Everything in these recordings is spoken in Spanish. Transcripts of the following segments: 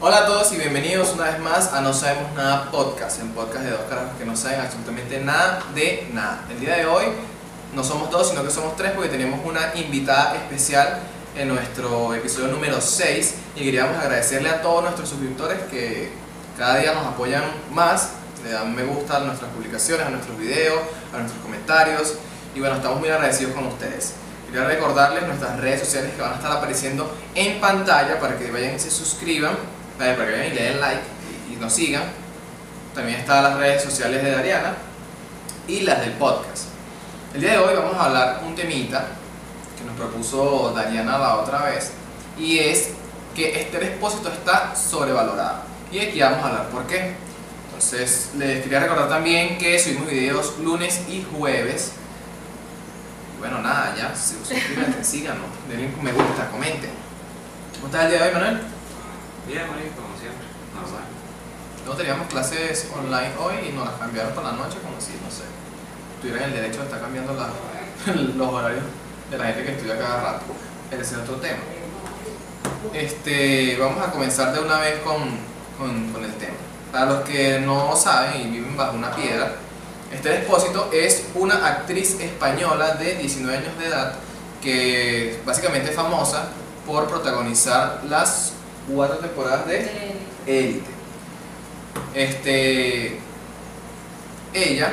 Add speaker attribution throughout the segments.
Speaker 1: Hola a todos y bienvenidos una vez más a No Sabemos Nada Podcast, un podcast de dos carajos que no saben absolutamente nada de nada. El día de hoy no somos dos, sino que somos tres porque tenemos una invitada especial en nuestro episodio número 6 y queríamos agradecerle a todos nuestros suscriptores que cada día nos apoyan más, le dan me gusta a nuestras publicaciones, a nuestros videos, a nuestros comentarios y bueno, estamos muy agradecidos con ustedes. Quería recordarles nuestras redes sociales que van a estar apareciendo en pantalla para que vayan y se suscriban, eh, para que vayan y le den like y, y nos sigan. También están las redes sociales de Dariana y las del podcast. El día de hoy vamos a hablar un temita que nos propuso Dariana la otra vez y es que este expósito está sobrevalorado. Y de aquí vamos a hablar por qué. Entonces, les quería recordar también que subimos videos lunes y jueves. Y bueno, nada, ya, se- suscríbanse, síganos, denle un me gusta, comenten. ¿Cómo estás el día de hoy, Manuel?
Speaker 2: Bien, Marín, como siempre, normal.
Speaker 1: No teníamos clases online hoy y nos las cambiaron para la noche, como si, no sé, tuvieran el derecho de estar cambiando la- los horarios de la gente que estudia cada rato. Pero Ese es otro tema. Este, vamos a comenzar de una vez con, con- con el tema. Para los que no saben y viven bajo una piedra, Esther Espósito es una actriz española de 19 años de edad que básicamente es famosa por protagonizar las cuatro temporadas de Élite. Este. Ella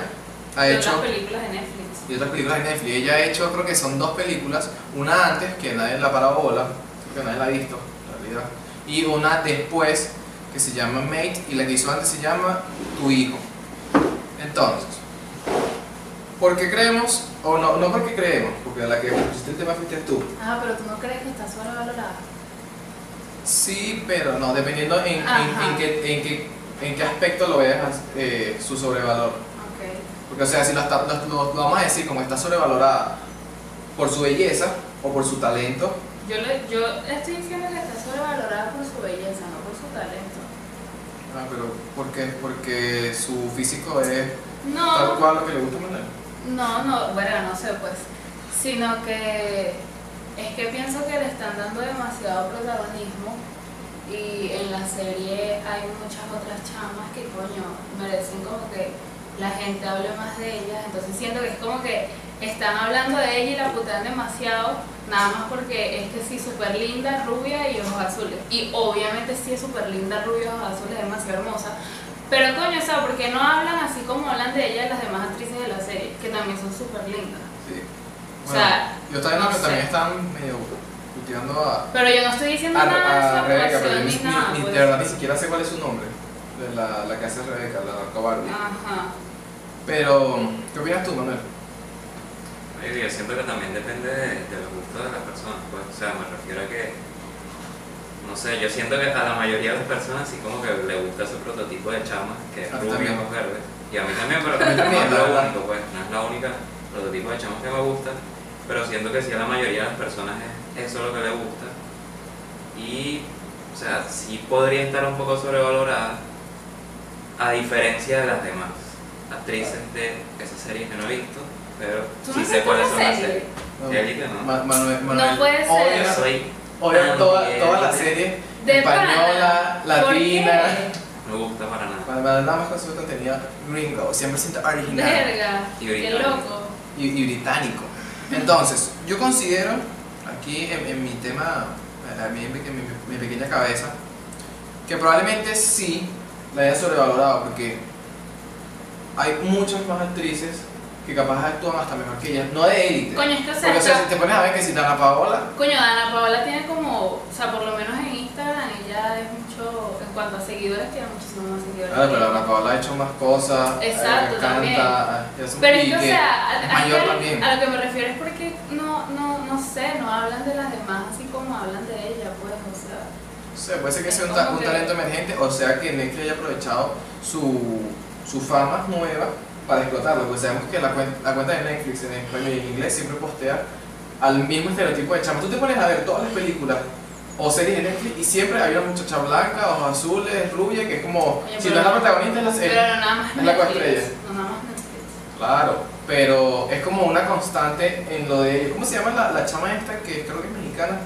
Speaker 1: ha
Speaker 3: de
Speaker 1: hecho.
Speaker 3: otras películas de Netflix.
Speaker 1: Y otras películas de Netflix. Ella ha hecho, creo que son dos películas. Una antes, que nadie la parabola, creo que nadie la ha visto, en realidad. Y una después, que se llama Mate. Y la que hizo antes se llama Tu Hijo. Entonces, ¿por qué creemos? O no, no porque creemos, porque a la que pusiste el tema fuiste tú.
Speaker 3: Ah, pero tú no crees que está sobrevalorada.
Speaker 1: Sí, pero no, dependiendo en, en-
Speaker 3: Ajá.
Speaker 1: en qué, en, qué, en qué aspecto lo veas eh, su sobrevalor.
Speaker 3: Ok.
Speaker 1: Porque, o sea, si lo, está- lo- lo- lo vamos a decir como está sobrevalorada por su belleza o por su talento,
Speaker 3: Yo, le, yo estoy diciendo que está sobrevalorada por su belleza, no por su talento.
Speaker 1: ah, pero ¿por qué? Porque su físico es tal
Speaker 3: No,
Speaker 1: cual lo que le gusta a Manuel.
Speaker 3: no, no, bueno, no sé pues. Sino que es que pienso que le están dando demasiado protagonismo y en la serie hay muchas otras chamas que coño merecen como que la gente hable más de ellas, entonces siento que es como que están hablando de ella y la putean demasiado, nada más porque es que sí, súper linda, rubia y ojos azules. Y obviamente sí es súper linda, rubia, ojos azules, es demasiado hermosa. Pero coño, o sea, ¿por qué no hablan así como hablan de ella las demás actrices de la serie, que también son súper lindas?
Speaker 1: Sí.
Speaker 3: O sea,
Speaker 1: yo también
Speaker 3: no
Speaker 1: que
Speaker 3: sé.
Speaker 1: también están medio cultivando a,
Speaker 3: Pero yo no estoy diciendo
Speaker 1: a,
Speaker 3: nada de
Speaker 1: a
Speaker 3: esa
Speaker 1: Ah, Rebeca, pero yo
Speaker 3: relación
Speaker 1: ni,
Speaker 3: ni nada.
Speaker 1: ni- ni-
Speaker 3: pues.
Speaker 1: de verdad ni siquiera sé cuál es su nombre, de la, la que hace Rebeca, la cobarde.
Speaker 3: Ah. Ajá.
Speaker 1: Pero, ¿qué opinas tú, Manuel?
Speaker 2: Oye, yo siento que también depende de, de los gustos de las personas, pues, o sea, me refiero a que, no sé, yo siento que a la mayoría de las personas sí como que le gusta ese prototipo de chama, que es
Speaker 1: A mí
Speaker 2: rubio,
Speaker 1: también.
Speaker 2: ojos verdes, y a mí también, pero
Speaker 1: mí también,
Speaker 2: no es
Speaker 1: la
Speaker 2: lo
Speaker 1: verdad.
Speaker 2: único, pues, no es la única prototipo de chamas que me gusta, pero siento que sí a la mayoría de las personas es eso lo que le gusta, y, o sea, sí podría estar un poco sobrevalorada, a diferencia de las demás actrices de esas series que no he visto, pero
Speaker 3: ¿Tú
Speaker 2: sí
Speaker 3: no
Speaker 2: sé
Speaker 3: sabes
Speaker 2: cuáles
Speaker 3: una
Speaker 2: son las
Speaker 3: serie?
Speaker 2: series. Élite, ¿no?
Speaker 1: Ma- Manuel, Manuel
Speaker 3: puede ser.
Speaker 1: odia-
Speaker 2: Soy,
Speaker 1: odia
Speaker 2: Ah,
Speaker 1: toda-
Speaker 2: bien.
Speaker 1: todas las series
Speaker 3: De
Speaker 1: española,
Speaker 3: pana. ¿Por
Speaker 1: latina.
Speaker 3: qué?
Speaker 2: no me gusta para nada.
Speaker 1: Para nada más con su contenido gringo, siempre siento original
Speaker 3: Verga,
Speaker 2: Y
Speaker 3: qué
Speaker 2: británico.
Speaker 3: loco.
Speaker 1: y, y británico. Entonces, yo considero, aquí en, en mi tema, eh, a- a mí en, mi- en mi, mi pequeña cabeza, que probablemente sí la haya sobrevalorado, porque hay muchas más actrices que capaz actúan hasta mejor que ellas, no de élite.
Speaker 3: Coño, es que o sea,
Speaker 1: Porque, o sea,
Speaker 3: yo-
Speaker 1: si te pones a ver que si Dana Paola,
Speaker 3: Coño, Ana Paola tiene como, o sea, por lo menos en Instagram ella es mucho, en cuanto a seguidores, tiene muchísimos más seguidores.
Speaker 1: ah, pero Dana Paola ha hecho más cosas, eh,
Speaker 3: Exacto, también.
Speaker 1: canta, eh, es un
Speaker 3: Pero es que, o
Speaker 1: pique,
Speaker 3: sea, a,
Speaker 1: es
Speaker 3: a-
Speaker 1: mayor
Speaker 3: a-
Speaker 1: también.
Speaker 3: a lo que me refiero es porque no, no, no sé, no hablan de las demás así como hablan de ella, pues, o sea.
Speaker 1: O sea, puede ser que sea un, ta- un talento emergente, o sea que Netflix haya aprovechado su, su fama nueva para explotarlo. Porque sabemos que la, cuen- la cuenta de Netflix en español y en inglés siempre postea al mismo estereotipo de chama. Tú te pones a ver todas las películas o series de Netflix y siempre hay una muchacha blanca, ojos azules, rubia, que es como,
Speaker 3: Oye,
Speaker 1: si no
Speaker 3: pero-
Speaker 1: es la protagonista es la
Speaker 3: Pero
Speaker 1: serie.
Speaker 3: nada más
Speaker 1: es la
Speaker 3: Netflix.
Speaker 1: coestrella.
Speaker 3: No, nada más Netflix.
Speaker 1: Claro, pero es como una constante en lo de. ¿Cómo se llama la, la chama esta que creo que es mexicana?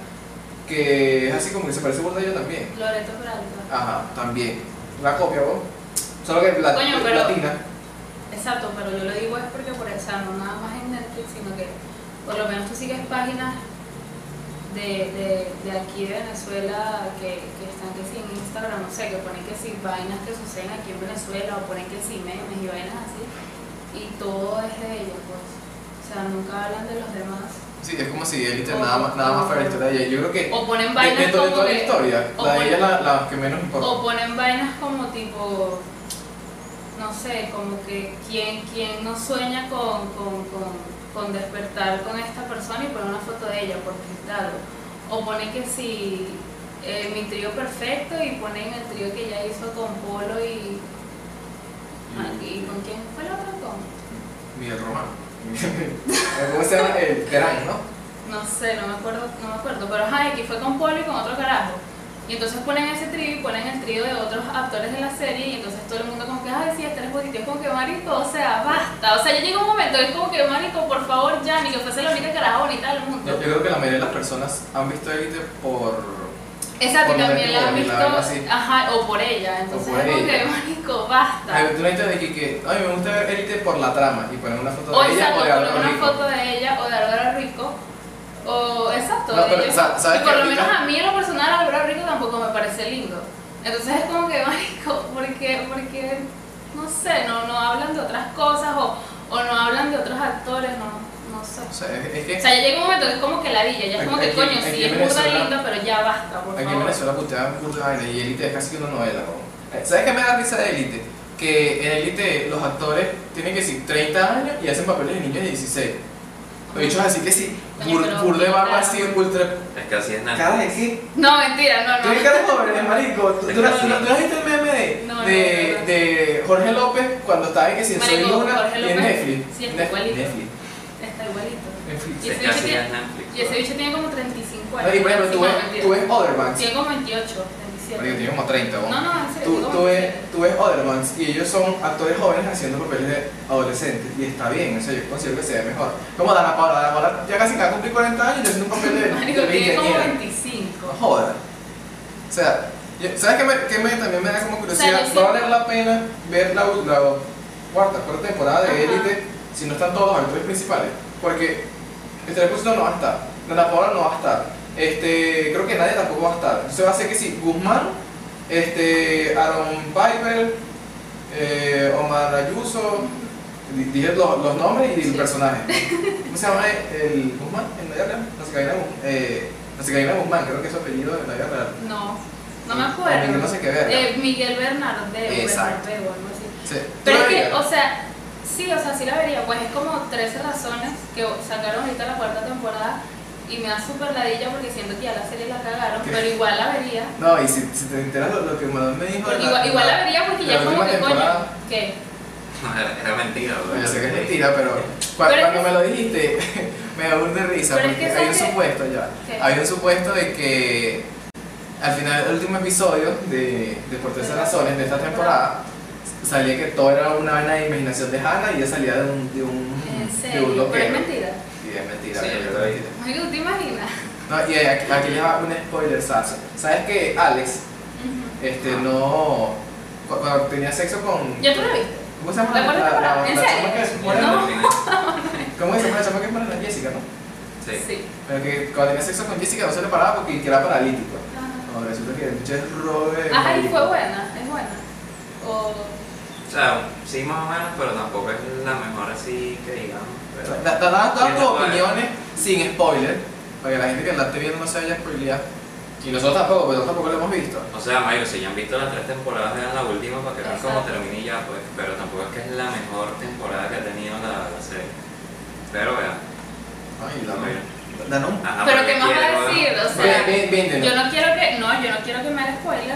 Speaker 1: que es así como que se parece burda a ella también.
Speaker 3: Loreto Peralta.
Speaker 1: Ajá, también. La copia, vos. Solo que la,
Speaker 3: Coño, pero-
Speaker 1: latina.
Speaker 3: Exacto, pero yo lo digo es porque, por eso no nada más en Netflix, sino que por lo menos tú sigues páginas de, de, de aquí de Venezuela que, que están que sí en Instagram, no sé, que ponen que sí vainas que suceden aquí en Venezuela o ponen que sí memes y vainas así, y todo es de ellos, pues. O sea, nunca hablan de los demás.
Speaker 1: Sí, es como si Elite nada más, nada más fuera la historia de ella. Yo creo que
Speaker 3: O ponen
Speaker 1: de-
Speaker 3: vainas
Speaker 1: dentro de
Speaker 3: como
Speaker 1: toda la
Speaker 3: que.
Speaker 1: historia,
Speaker 3: o
Speaker 1: la de
Speaker 3: ponen-
Speaker 1: ella es la, la que menos importa.
Speaker 3: O ponen vainas como tipo, no sé, como que quién, quién no sueña con, con, con, con despertar con esta persona y poner una foto de ella por cristal. O ponen que si eh, mi trío perfecto y ponen el trío que ella hizo con Polo y... ah, ¿Y con quién fue la otra? Con-
Speaker 1: Miguel Román. ¿Cómo se llama? El Terán, ¿no?
Speaker 3: No sé, no me acuerdo, no me acuerdo, pero ajá, X fue con Polo y con otro carajo. Y entonces ponen ese trío y ponen el trío de otros actores de la serie y entonces todo el mundo como que, ay, sí, este es bonito, es como que marico, o sea, basta. O sea, ya llega un momento, es como que marico, por favor, ya, ni que fuese la única caraja bonita del mundo.
Speaker 1: Yo, yo creo que la mayoría de las personas han visto Elite por
Speaker 3: Exacto, y
Speaker 1: por
Speaker 3: también la han
Speaker 1: Netflix,
Speaker 3: visto,
Speaker 1: la verdad, sí.
Speaker 3: ajá, o por ella. Entonces
Speaker 1: por
Speaker 3: es como
Speaker 1: ella.
Speaker 3: que marico,
Speaker 1: Hay
Speaker 3: basta.
Speaker 1: una historia de que, que ay, me gusta ver Elite por la trama y poner una foto
Speaker 3: O
Speaker 1: de ella
Speaker 3: exacto,
Speaker 1: o de
Speaker 3: poner
Speaker 1: algo
Speaker 3: una
Speaker 1: rico.
Speaker 3: foto de ella o de Álvaro Rico. O exacto,
Speaker 1: No,
Speaker 3: de
Speaker 1: pero,
Speaker 3: ellos.
Speaker 1: sa- ¿sabes
Speaker 3: y por
Speaker 1: qué?
Speaker 3: lo menos
Speaker 1: Ahorita-
Speaker 3: a mí en lo personal Álvaro Rico tampoco me parece lindo. Entonces es como que, marico, porque, porque no sé, no, no hablan de otras cosas o, o no hablan de otros actores, no, no sé.
Speaker 1: O sea, es, es
Speaker 3: O
Speaker 1: que
Speaker 3: sea, ya llega un momento que es como que la villa, ya es como que
Speaker 1: Aquí-
Speaker 3: coño,
Speaker 1: aquí
Speaker 3: sí,
Speaker 1: en
Speaker 3: es burda
Speaker 1: Venezuela-
Speaker 3: lindo, pero ya basta, por
Speaker 1: aquí en
Speaker 3: favor.
Speaker 1: Venezuela puteaban burda de vaina y Elite es casi que una novela. ¿no? Eh, ¿Sabes qué me da risa de Elite? Que en Elite los actores tienen que decir 30 años y hacen papeles de niños de 16. Los bichos así que sí,
Speaker 3: Coño,
Speaker 1: bur,
Speaker 3: pero
Speaker 1: bur de barba
Speaker 3: claro.
Speaker 1: así, ultra.
Speaker 2: Es que así es nada.
Speaker 1: Cara de qué?
Speaker 3: No, mentira, no, no.
Speaker 1: Tiene cara de jóvenes, marico. ¿Tú, tú, no- tú no- tú no has visto el meme de,
Speaker 3: No, no,
Speaker 1: de,
Speaker 3: no, no.
Speaker 1: de Jorge López cuando estaba en que si en Soy
Speaker 3: Marico,
Speaker 1: Luna
Speaker 3: Jorge
Speaker 1: y en
Speaker 3: López,
Speaker 1: Netflix?
Speaker 3: sí, es
Speaker 1: Netflix.
Speaker 3: igualito.
Speaker 1: Netflix.
Speaker 3: Está igualito.
Speaker 1: Netflix.
Speaker 2: Es
Speaker 3: ese
Speaker 2: que así
Speaker 3: bicho
Speaker 2: es Netflix.
Speaker 3: Y ese bicho tiene como 35 años.
Speaker 1: Oye, por ejemplo, tú
Speaker 3: no,
Speaker 1: ves,
Speaker 3: mentira.
Speaker 1: tú ves Othermans.
Speaker 3: Tiene como 28, 27.
Speaker 1: Marico, tiene como 30, vos.
Speaker 3: No, no, en serio.
Speaker 1: Tú,
Speaker 3: digo,
Speaker 1: tú ves, tú ves Othermans y ellos son actores jóvenes haciendo papeles de adolescentes y está bien, o sea, yo considero que se ve mejor. Como Dana Paola, Dana Paola ya casi que ha cumplido 40 años y está haciendo un papel de,
Speaker 3: Marico,
Speaker 1: de
Speaker 3: tiene como
Speaker 1: veinteañera.
Speaker 3: 25.
Speaker 1: No joda. O sea, yo- ¿sabes qué me, qué me- también me da como curiosidad?
Speaker 3: O sea, yo
Speaker 1: ¿Va a
Speaker 3: sí-
Speaker 1: valer la pena ver la, u- la cuarta, cuarta temporada
Speaker 3: Ajá.
Speaker 1: de Élite si no están todos los actores principales? Porque el Telepósito no va a estar, Dana Paola no va a estar, este, creo que nadie tampoco va a estar. Entonces va a ser que sí, Guzmán, este, Aaron Piper, eh, Omar Ayuso, di- dije los, los nombres y el
Speaker 3: Sí.
Speaker 1: personaje. ¿Cómo se llama eh, el Guzmán? ¿En la vida real? No se caía Guzmán. Eh, no se caía Guzmán, creo que es su apellido en la vida real.
Speaker 3: No, no me
Speaker 1: O Miguel
Speaker 3: acuerdo.
Speaker 1: no sé qué verga.
Speaker 3: Eh, Miguel Bernardeo,
Speaker 1: Exacto.
Speaker 3: Bernardeo, algo así.
Speaker 1: Sí.
Speaker 3: Pero
Speaker 1: ¿Tú lo
Speaker 3: es que,
Speaker 1: veías?
Speaker 3: o sea, sí, o sea, sí la vería. Pues es como 13 razones que sacaron ahorita la cuarta temporada y me da súper ladilla porque siento que ya la serie la cagaron,
Speaker 1: ¿Qué?
Speaker 3: pero igual la vería.
Speaker 1: No, y si, si te enteras lo, lo que Madonna me dijo.
Speaker 3: Porque igual, igual la vería porque ya
Speaker 1: la
Speaker 3: es como
Speaker 1: última
Speaker 3: que coño.
Speaker 1: temporada.
Speaker 3: ¿Qué?
Speaker 2: No, era, era mentira, bro.
Speaker 1: Yo sé que es mentira, pero cua-
Speaker 3: Pero es
Speaker 1: cuando
Speaker 3: que-
Speaker 1: me lo dijiste, me da un de risa.
Speaker 3: Pero es
Speaker 1: porque
Speaker 3: que
Speaker 1: hay un
Speaker 3: sabes que-
Speaker 1: supuesto ya.
Speaker 3: ¿Qué?
Speaker 1: Hay un supuesto de que al final del último episodio de, de Por Tres Razones de esta temporada salía que todo era una vaina de imaginación de Hannah y ella salía de un. de un.
Speaker 3: En
Speaker 1: de un
Speaker 3: serio, pero es
Speaker 1: loquero.
Speaker 3: mentira.
Speaker 1: Y es mentira,
Speaker 2: Sí,
Speaker 1: es
Speaker 2: yo lo vi.
Speaker 3: Marico, ¿te imaginas?
Speaker 1: No, y aquí, aquí les va un spoiler, ¿Sabes que Alex este no cu- cuando tenía sexo con
Speaker 3: Ah. ¿Ya tú la viste?
Speaker 1: ¿cómo se llama
Speaker 3: ¿La cuarta temporada? ¿En serio?
Speaker 1: chama que es
Speaker 2: Era
Speaker 1: morena?
Speaker 3: No.
Speaker 2: mentira.
Speaker 1: ¿cómo se llama la chama que es morena? Jessica no
Speaker 2: Sí.
Speaker 3: Sí.
Speaker 1: pero que cuando tenía sexo con Jessica no se le paraba porque que era paralítico
Speaker 3: Ajá.
Speaker 1: no, resulta que el bicho es Robert
Speaker 3: Ajá, y fue buena, es buena. O
Speaker 2: O sea, sí más o menos, pero tampoco es la mejor así que digamos. Pero...
Speaker 1: dando
Speaker 2: Bueno.
Speaker 1: opiniones sin spoiler para que la gente que la esté viendo no se vaya a spoilear y nosotros tampoco pero tampoco lo hemos visto
Speaker 2: O sea, Mario, si ya han visto las tres temporadas, vean la última para que vean cómo
Speaker 3: Exacto.
Speaker 2: termina y ya, pues. Pero tampoco es que es la mejor temporada que ha tenido la, la serie. Pero vean.
Speaker 1: ay la
Speaker 2: Mario.
Speaker 1: dan un
Speaker 2: Ajá,
Speaker 3: Pero
Speaker 2: porque
Speaker 3: qué más va
Speaker 2: quiero,
Speaker 3: a decir,
Speaker 2: ¿no?
Speaker 3: o sea,
Speaker 1: Ven- ven- véndelo.
Speaker 3: yo no quiero que, no, yo no quiero que me haga spoiler.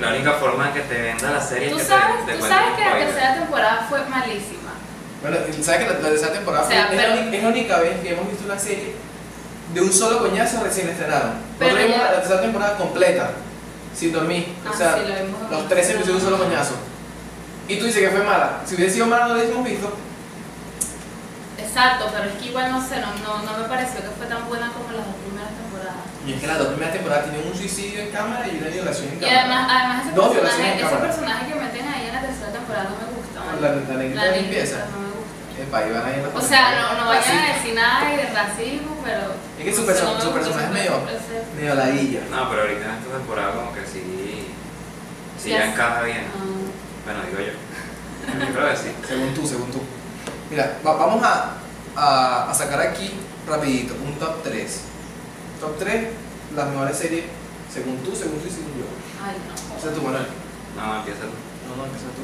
Speaker 2: La única forma de que te venda la serie
Speaker 3: Tú
Speaker 2: es que
Speaker 3: sabes,
Speaker 2: te, te
Speaker 3: tú
Speaker 2: cuenten
Speaker 3: sabes que la
Speaker 2: spoilers.
Speaker 3: tercera temporada fue malísima.
Speaker 1: Bueno, ¿sabes que la, la tercera temporada
Speaker 3: O sea,
Speaker 1: fue- es,
Speaker 3: pero-
Speaker 1: la, única- es la única vez que hemos visto una serie de un solo coñazo recién estrenada?
Speaker 3: Pero
Speaker 1: Nosotros vimos
Speaker 3: ya-
Speaker 1: la tercera temporada completa, sin dormir.
Speaker 3: Ah,
Speaker 1: o sea,
Speaker 3: sí, lo vimos.
Speaker 1: los 13 episodios de un solo coñazo. Y tú dices que fue mala. Si hubiese sido mala, no lo hubiésemos visto.
Speaker 3: Exacto, pero es que igual no sé, no, no, no me pareció que fue tan buena como las dos primeras temporadas.
Speaker 1: Y es que las dos primeras temporadas tienen un suicidio en cámara y una violación en
Speaker 3: Y
Speaker 1: cámara.
Speaker 3: además, además ese,
Speaker 1: Dos violaciones en
Speaker 3: personaje, ese
Speaker 1: cámara.
Speaker 3: personaje que meten ahí en la tercera temporada no me gusta.
Speaker 1: La-
Speaker 3: ¿no?
Speaker 1: la negrita de limpieza.
Speaker 3: no me gusta.
Speaker 1: Epa, ahí van ahí los
Speaker 3: O sea, no, no vayan
Speaker 1: Así.
Speaker 3: a decir nada de racismo, pero.
Speaker 1: Es que su
Speaker 3: no
Speaker 1: perso-
Speaker 3: sé, no me
Speaker 1: su
Speaker 3: gusta
Speaker 1: personaje es medio-
Speaker 3: ese-
Speaker 1: Medio ladilla.
Speaker 2: No, pero ahorita en esta temporada como que sí, sí
Speaker 3: Ya
Speaker 2: ya
Speaker 3: sé.
Speaker 2: encaja bien.
Speaker 3: Ah,
Speaker 2: Bueno, digo yo. Yo creo que sí.
Speaker 1: Según tú, según tú. Mira, va- vamos a, a- a sacar aquí rapidito un top 3. Top 3, las mejores series, según tú, según tú y según yo.
Speaker 3: Ah, Ay,
Speaker 1: O sea, tú, Manuel.
Speaker 2: No, empieza tú.
Speaker 1: No, no, empieza tú.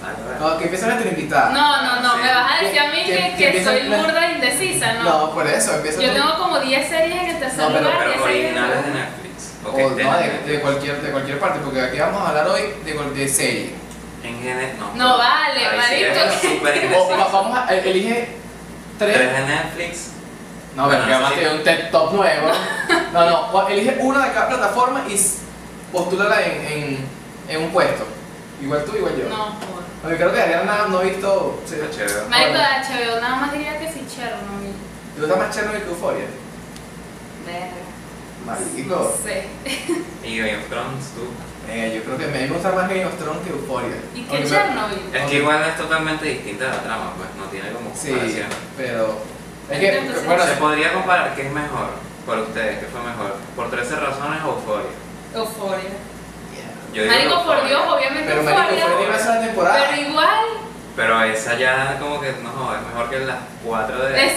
Speaker 2: Dale, dale.
Speaker 1: No, que empieza nuestra
Speaker 3: no.
Speaker 1: invitada.
Speaker 3: No, no, no, me vas a decir a mí
Speaker 1: Que-
Speaker 3: que,
Speaker 1: que
Speaker 3: que
Speaker 1: empieza-
Speaker 3: soy burda e indecisa, ¿no?
Speaker 1: No, por eso, empieza
Speaker 3: Yo
Speaker 1: tú.
Speaker 3: tengo como 10 series en el tercer
Speaker 1: No, pero-
Speaker 3: lugar.
Speaker 2: Pero
Speaker 3: 10 series en el
Speaker 2: originales de
Speaker 3: segundo.
Speaker 2: Netflix. O
Speaker 1: O,
Speaker 2: que
Speaker 1: Oh, no,
Speaker 2: estén en
Speaker 1: de,
Speaker 2: Netflix.
Speaker 1: de cualquier, de cualquier parte, porque aquí vamos a hablar hoy de, cual- de serie.
Speaker 2: En general, no.
Speaker 3: No vale,
Speaker 2: Ahí sí
Speaker 3: marico.
Speaker 2: eres súper
Speaker 1: O, va-
Speaker 2: indeciso.
Speaker 1: vamos a, e- elige 3.
Speaker 2: Tres de Netflix.
Speaker 1: No, pero
Speaker 2: Bueno,
Speaker 1: que además
Speaker 2: sí.
Speaker 1: tiene un TED Top nuevo. No, no, o elige una de cada plataforma y s- postúlala en, en, en un puesto. Igual tú, igual yo.
Speaker 3: No, joder.
Speaker 1: Porque creo que Adriana no ha visto. sí.
Speaker 2: Está chévere.
Speaker 3: Marico de
Speaker 1: Ahora.
Speaker 3: HBO, nada más diría que sí, Chernobyl.
Speaker 1: ¿Te gusta más Chernobyl que Euphoria?
Speaker 3: Verga. No
Speaker 1: Marico.
Speaker 3: sé.
Speaker 2: Y Game of Thrones, tú.
Speaker 1: Eh, yo creo que me gusta más Game of Thrones que Euphoria.
Speaker 3: ¿Y
Speaker 1: Aunque
Speaker 3: qué
Speaker 1: me-
Speaker 3: Chernobyl?
Speaker 2: Es que igual es totalmente distinta la trama, pues no tiene como
Speaker 1: Sí,
Speaker 2: comparación.
Speaker 1: pero. Es que,
Speaker 3: Entonces-
Speaker 1: bueno,
Speaker 2: Se podría comparar qué es mejor para ustedes, qué fue mejor. Por 13 razones, Euforia.
Speaker 3: Euforia.
Speaker 2: Yo digo
Speaker 3: Marico, por
Speaker 2: Euphoria,
Speaker 3: Dios, obviamente
Speaker 1: pero Marico, Euphoria tiene una
Speaker 3: Euforia.
Speaker 1: sola temporada.
Speaker 3: Pero igual,
Speaker 2: Pero esa ya como que no, es mejor que las 4 de por 13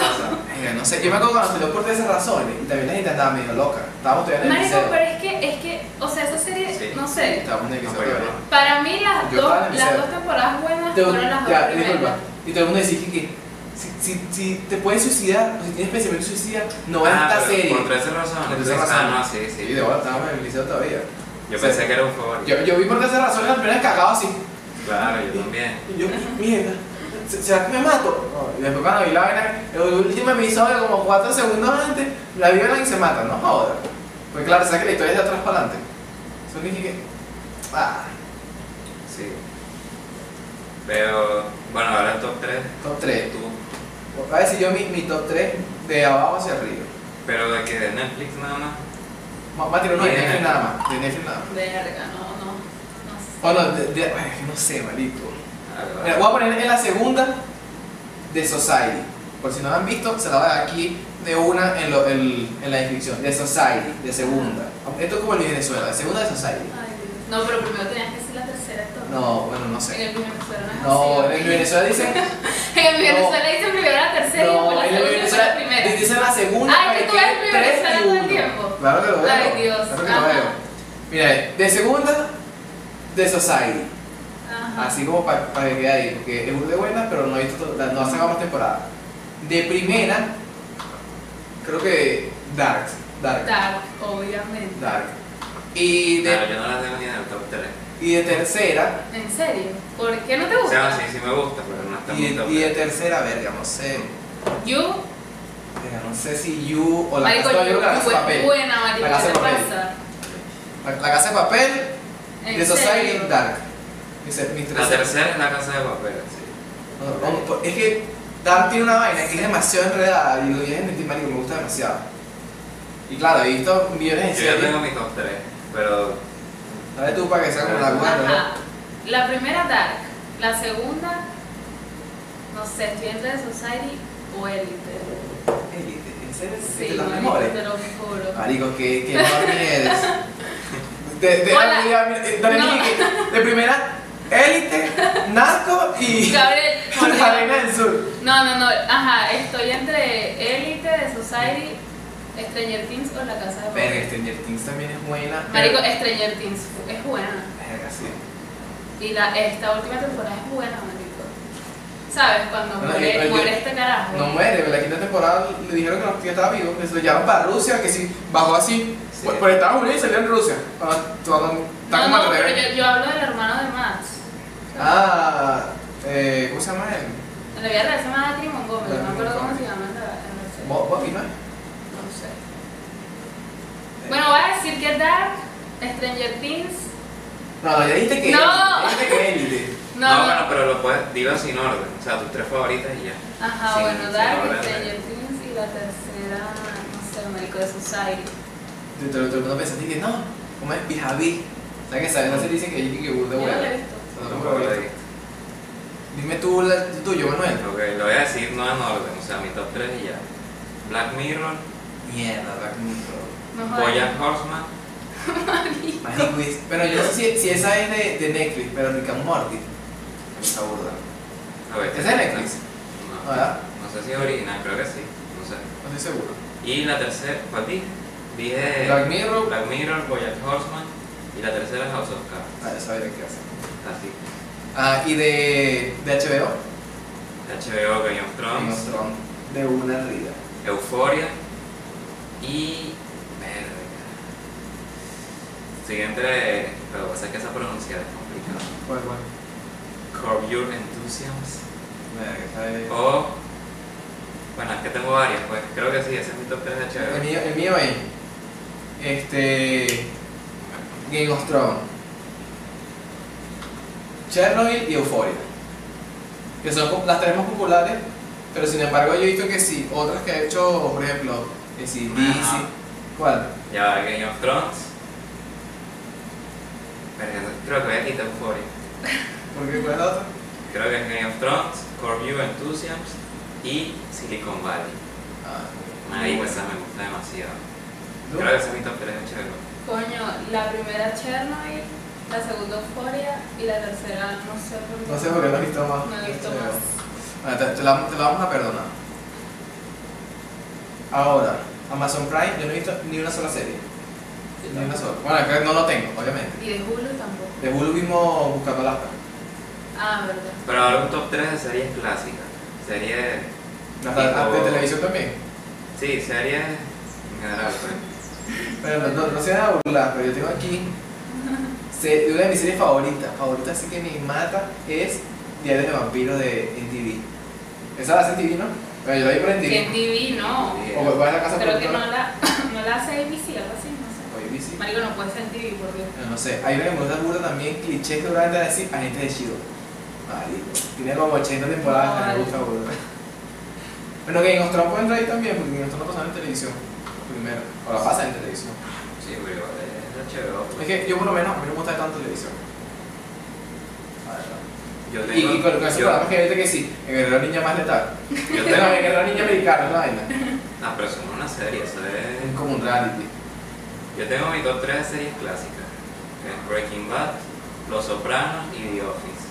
Speaker 2: razones.
Speaker 1: Venga, Eh, no sé, yo me acuerdo cuando salió por esas razones y también la gente andaba medio loca. Estábamos todavía en el
Speaker 3: Marico,
Speaker 1: liceo.
Speaker 3: pero es que, es que, o sea, esa serie,
Speaker 2: Sí.
Speaker 3: no sé.
Speaker 1: Estábamos en el
Speaker 2: No,
Speaker 1: liceo
Speaker 2: pero
Speaker 1: todavía.
Speaker 2: no.
Speaker 3: Para mí las
Speaker 1: Yo estaba en
Speaker 3: dos,
Speaker 1: el
Speaker 3: las
Speaker 1: liceo.
Speaker 3: dos temporadas buenas
Speaker 1: Te-
Speaker 3: Ah, fueron las dos
Speaker 1: ya, disculpa.
Speaker 3: primeras.
Speaker 1: Y todo el mundo decía que, que si, si, si te puedes suicidar o si tienes pensamiento suicida, no veas
Speaker 2: Ah,
Speaker 1: esta
Speaker 2: pero
Speaker 1: serie.
Speaker 2: Por 13 razones.
Speaker 1: Por 13
Speaker 2: Ah,
Speaker 1: razones.
Speaker 2: no, sí,
Speaker 1: Sí,
Speaker 2: sí.
Speaker 1: de verdad, estábamos en el liceo todavía.
Speaker 2: Yo
Speaker 1: Sí.
Speaker 2: pensé que era Euforia.
Speaker 1: Yo, yo vi por tercera razón las primeras cagado así.
Speaker 2: Claro, yo también.
Speaker 1: Y yo, mierda, ¿se- ¿será que me mato? No, y después cuando vi la vaina, el último episodio, como cuatro segundos antes, la violan y se matan, no joda. Pues claro, sabes que la historia es de atrás para adelante. Eso dije que. Ah,
Speaker 2: Sí. Pero, bueno, ahora el top 3.
Speaker 1: top 3.
Speaker 2: Tú.
Speaker 1: Voy a decir yo mi, mi top 3 de abajo hacia arriba.
Speaker 2: Pero de que de Netflix nada más.
Speaker 1: Va a tirar uno de
Speaker 2: Bien.
Speaker 1: Netflix nada más. De Netflix nada más.
Speaker 3: Verga, no, no, no sé.
Speaker 1: O no, de, de- ay, no sé, marico.
Speaker 2: Ah,
Speaker 1: Mira, voy a poner en la segunda de Society. Por si no la han visto, se la voy a dar aquí de una en, lo- el- en la descripción. De Society, de segunda. Esto es como el de Venezuela, de segunda de Society.
Speaker 3: Ay, Dios. No, pero primero tenías que decir la tercera entonces.
Speaker 1: No, bueno, no
Speaker 3: En
Speaker 1: sé.
Speaker 3: el Venezuela no es
Speaker 1: No, en
Speaker 3: así.
Speaker 1: el de Venezuela dicen.
Speaker 3: En el Venezuela dicen primero la tercera y después
Speaker 1: No,
Speaker 3: pues,
Speaker 1: en
Speaker 3: la
Speaker 1: el de
Speaker 3: segunda y después
Speaker 1: Venezuela
Speaker 3: la primera.
Speaker 1: dicen la segunda.
Speaker 3: Ay,
Speaker 1: para
Speaker 3: que tú eres
Speaker 1: quede
Speaker 3: de
Speaker 1: tres
Speaker 3: Venezuela
Speaker 1: y
Speaker 3: todo el
Speaker 1: uno.
Speaker 3: tiempo.
Speaker 1: Claro que lo veo.
Speaker 3: Ay, Dios,
Speaker 1: Claro que lo
Speaker 3: ajá.
Speaker 1: veo. Mira, de segunda de Society.
Speaker 3: Ajá.
Speaker 1: Así como para que quede ahí, porque es burda de buena, pero no, he visto to- la- no ha sacado más temporada. De primera, creo que Dark. Dark. Dark.
Speaker 3: Dark, obviamente.
Speaker 1: Y
Speaker 2: Claro,
Speaker 1: de,
Speaker 2: yo no las tengo ni en el top 3.
Speaker 1: y de tercera,
Speaker 3: ¿En serio? ¿Por qué no te
Speaker 2: O sea,
Speaker 3: gusta?
Speaker 2: sí, sí me gusta, pero no está
Speaker 1: y
Speaker 2: en mi
Speaker 1: de,
Speaker 2: top
Speaker 1: y este de
Speaker 2: 3.
Speaker 1: tercera, verga, no sé.
Speaker 3: You,
Speaker 1: Verga, no sé si You o la
Speaker 3: Marico,
Speaker 1: casa, yo creo
Speaker 3: You
Speaker 1: que la casa de
Speaker 3: es
Speaker 1: papel.
Speaker 3: buena, Marico,
Speaker 1: La Casa
Speaker 3: ¿qué
Speaker 1: de
Speaker 3: te
Speaker 1: Papel.
Speaker 3: pasa?
Speaker 1: La, la casa de papel,
Speaker 3: ¿En
Speaker 1: de Society
Speaker 3: serio?
Speaker 1: y Dark. Mis, mis
Speaker 2: La
Speaker 1: tres-
Speaker 2: tercera es la casa de papel, sí.
Speaker 1: No, no, no, es que Dark tiene una vaina que es demasiado enredada y lo dije en marico, me gusta demasiado. Y claro, he visto millones de
Speaker 2: Yo ya
Speaker 1: series.
Speaker 2: tengo mi top 3, pero
Speaker 1: Dale tú para que sea como la cuarta.
Speaker 3: Ajá. La primera Dark, la segunda, no sé, estoy entre Society o Elite.
Speaker 1: Élite, ¿en serio?
Speaker 3: Sí,
Speaker 1: ¿De las
Speaker 3: marico,
Speaker 1: mejores?
Speaker 3: te lo juro.
Speaker 1: Marico, que, que enorme eres. De, de,
Speaker 3: Hola.
Speaker 1: de, de, eh, dale,
Speaker 3: No.
Speaker 1: Miki, que- de primera, élite, narco y
Speaker 3: Gabriel, por
Speaker 1: la
Speaker 3: Dios.
Speaker 1: arena del sur.
Speaker 3: no, no, no, ajá, estoy entre Elite, de Society, Stranger Things o La Casa
Speaker 1: Verga,
Speaker 3: de Papel.
Speaker 1: Stranger Things también es buena. pero-
Speaker 3: Marico, eh, Stranger Things es buena.
Speaker 1: Verga, sí.
Speaker 3: Y la, esta última temporada es buena, marico. ¿Sabes? Cuando
Speaker 1: Bueno,
Speaker 3: muere,
Speaker 1: el- el-
Speaker 3: muere este carajo.
Speaker 1: No muere, en la quinta temporada le dijeron que no que estaba vivo, que se lo llevaron para Rusia, que sí, bajó así,
Speaker 2: Sí.
Speaker 1: por, por Estados Unidos y salió en Rusia. Ah, tú vas con- está
Speaker 3: no,
Speaker 1: como
Speaker 3: no,
Speaker 1: al
Speaker 3: pero
Speaker 1: revés.
Speaker 3: yo, yo hablo del hermano de Max.
Speaker 1: Ah, eh, ¿cómo se llama él?
Speaker 3: En la vida real se llama Adri Montgomery, no me acuerdo cómo se llama en la, en la serie.
Speaker 1: Bo- Buffy, ¿no?
Speaker 3: No sé. Bueno, voy a decir que Dark, Stranger Things.
Speaker 1: No, ya dijiste que élite,
Speaker 3: No.
Speaker 1: ya dijiste que élite.
Speaker 3: No,
Speaker 2: no,
Speaker 3: no.
Speaker 2: bueno, pero lo puedes, dilo sin orden, o sea, tus tres favoritas y ya.
Speaker 3: Ajá,
Speaker 2: Sí,
Speaker 3: bueno,
Speaker 2: sí,
Speaker 3: Dark, este,
Speaker 2: no, no, no.
Speaker 3: Stranger Things y la tercera, no sé, Marico de Society.
Speaker 1: de todo todo el mundo pensando y que no, ¿cómo es Pijaví? O sea que sabes, no se dicen que es que burda
Speaker 3: Yo no
Speaker 1: buena.
Speaker 3: la he visto.
Speaker 1: No,
Speaker 2: Tampoco lo he visto.
Speaker 1: Dime tú la- el tuyo, Manuel.
Speaker 2: Ok, lo voy a decir no en orden, o sea, mi top 3 y ya. Black Mirror,
Speaker 1: Mierda, Black Mirror.
Speaker 3: No jodas.
Speaker 2: Boya Horseman,
Speaker 1: Marico, es- Pero yo no sé si, si esa es de, de Netflix, pero Rick and Morty. Me gusta burda.
Speaker 2: a ver.
Speaker 1: ¿Es de Netflix? Ah.
Speaker 2: No,
Speaker 1: ¿Verdad?
Speaker 2: no sé si es original, creo que sí, no sé.
Speaker 1: No estoy seguro.
Speaker 2: Y la tercera, ¿cuál dije? Dije
Speaker 1: Black Mirror.
Speaker 2: Black Mirror, Boya Horseman y la tercera es House of Cards,
Speaker 1: Ah, ya sabía qué hacer.
Speaker 2: así.
Speaker 1: Ah, y de, de HBO.
Speaker 2: HBO, Game of
Speaker 1: Game of
Speaker 2: Thrones,
Speaker 1: Thrones. De una rida.
Speaker 2: Euphoria y... verga. Estoy entre... Pero lo que pasa es que esa pronunciada es complicada.
Speaker 1: ¿Cuál, cuál?
Speaker 2: Curb Your Enthusiasm.
Speaker 1: Verga, está bien.
Speaker 2: O. Bueno, es que tengo varias, pues. Creo que sí, ese es mi top 3 de
Speaker 1: El
Speaker 2: HBO.
Speaker 1: mío, el mío es. Este. Game of Thrones. Chernobyl y Euphoria. Que son como las tres más populares. Pero sin embargo, yo he visto que sí. Otras que ha hecho, por ejemplo, que sí,
Speaker 2: Ajá.
Speaker 1: DC. ¿Cuál?
Speaker 2: Ya va, Game of Thrones. Pero creo que voy a quitar Euphoria.
Speaker 1: ¿Por qué? ¿Cuál es la otra?
Speaker 2: Creo que es Game of Thrones, Curb Your Enthusiasm y Silicon Valley.
Speaker 1: Ah,
Speaker 2: Ahí esa me gusta demasiado.
Speaker 1: ¿tú?
Speaker 2: Creo que ese es mi top 3 de HBO.
Speaker 3: Coño, la primera Chernobyl, la segunda Euforia y la tercera no sé por qué.
Speaker 1: No sé por qué no he visto más.
Speaker 3: No he visto
Speaker 1: Pero-
Speaker 3: más.
Speaker 1: Bueno, te, te la, te la vamos a perdonar. Ahora, Amazon Prime, yo no he visto ni una sola serie. Ni una sola. Bueno, creo que no lo tengo, obviamente.
Speaker 3: Y de Hulu tampoco.
Speaker 1: De Hulu vimos Buscando Alaska.
Speaker 3: Ah, verdad.
Speaker 2: Pero ahora un top 3 de series clásicas. Series.
Speaker 1: Hasta- hasta
Speaker 2: tipo-
Speaker 1: de televisión también.
Speaker 2: Sí, series en general, pues.
Speaker 1: Pero no, no, no se van a burlar, pero yo tengo aquí se- una de mis series favoritas, favorita así que me mata, es Diarios de Vampiros de NTV. Esa la hace NTV, ¿no? Bueno, yo la vi por
Speaker 3: Que en
Speaker 1: NTV.
Speaker 3: TV no.
Speaker 1: O voy a la casa
Speaker 3: Creo que
Speaker 1: productora.
Speaker 3: no la, no la hace ABC, algo así, no
Speaker 1: Oye, bici.
Speaker 3: sé. Marico, no puede ser en TV, por Dios.
Speaker 1: No, no sé, hay una que me gusta burda también, cliché que van a decir agente de Shido. Marico, tiene como 80 temporadas, me
Speaker 3: Vale.
Speaker 1: gusta burda. Bueno, Game of Thrones puede entrar ahí también, porque Game of Thrones lo pasaron en televisión, primero, o la pasan en televisión.
Speaker 2: Sí, pero igual es HBO. pues.
Speaker 1: Es que yo por lo menos, a mí no me gusta ver tanto televisión. La verdad.
Speaker 2: Yo
Speaker 1: Y,
Speaker 2: tengo.
Speaker 1: y con, con esos
Speaker 2: yo,
Speaker 1: programas que viste que sí, en Guerrero Niña más letal.
Speaker 2: yo
Speaker 1: Yo
Speaker 2: tengo.
Speaker 1: tengo en Guerrero Niña americana, es la vaina.
Speaker 2: No, Ah, pero eso no es una serie, eso
Speaker 1: Es
Speaker 2: es.
Speaker 1: como un reality.
Speaker 2: Yo tengo mi top 3 de series clásicas: que es Breaking Bad, Los Sopranos y The Office.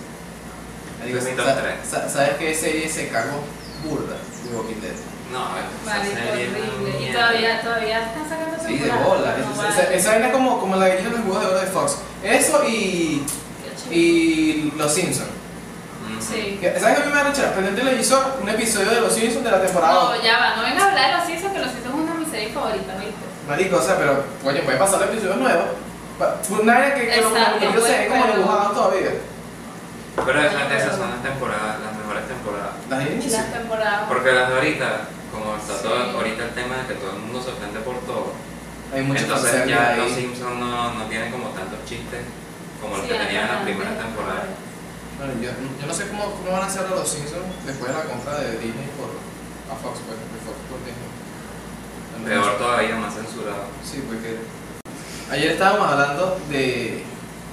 Speaker 1: Marico,
Speaker 2: Sí,
Speaker 1: sa-
Speaker 2: top tres.
Speaker 1: sa- ¿Sabes qué serie se cagó? Burda, de Walking Dead.
Speaker 2: No, esa
Speaker 3: Marico,
Speaker 2: serie es una
Speaker 3: horrible. Y
Speaker 2: mierda.
Speaker 3: todavía, todavía están sacando
Speaker 1: Sí, de
Speaker 3: temporadas.
Speaker 1: bola.
Speaker 3: No,
Speaker 1: Esa-
Speaker 3: vale.
Speaker 1: Esa esa vaina es como, como la gallina de los huevos de oro de Fox. Eso y,
Speaker 3: Qué chido.
Speaker 1: y Los Simpsons.
Speaker 2: Mm,
Speaker 3: Sí.
Speaker 1: ¿Sabes qué a mí me da rechera? Prendí el televisor, un episodio de Los Simpsons de la temporada.
Speaker 3: No, ya va, no venga a hablar de los Simpsons, que los Simpsons es una de mis series favoritas, ¿viste?
Speaker 1: Marico, o sea, pero coño, puede pasar el episodio nuevo. Pa- Una vaina que, que los
Speaker 3: Exacto,
Speaker 1: muñequitos se
Speaker 3: pues,
Speaker 1: ven como
Speaker 3: pero-
Speaker 1: dibujados todavía.
Speaker 2: Pero esa- esas son las temporadas, las mejores temporadas.
Speaker 1: Las de
Speaker 3: Y
Speaker 1: inicio.
Speaker 3: las temporadas.
Speaker 2: Porque las de ahorita, como está
Speaker 3: Sí.
Speaker 2: todo, ahorita el tema de que todo el mundo se ofende por todo,
Speaker 1: Hay muchos
Speaker 2: entonces
Speaker 1: conceptos
Speaker 2: ya Los
Speaker 1: ahí.
Speaker 2: Simpsons no, no tienen como tantos chistes como los
Speaker 3: Sí,
Speaker 2: que tenían en las
Speaker 3: ajá,
Speaker 2: primeras
Speaker 3: sí.
Speaker 2: temporadas.
Speaker 1: Bueno, yo, yo no sé cómo, cómo van a hacer los Simpsons después de la compra de Disney por a Fox, pues, de Fox por Disney.
Speaker 2: Peor todavía, más censurado.
Speaker 1: Sí, porque ayer estábamos hablando de,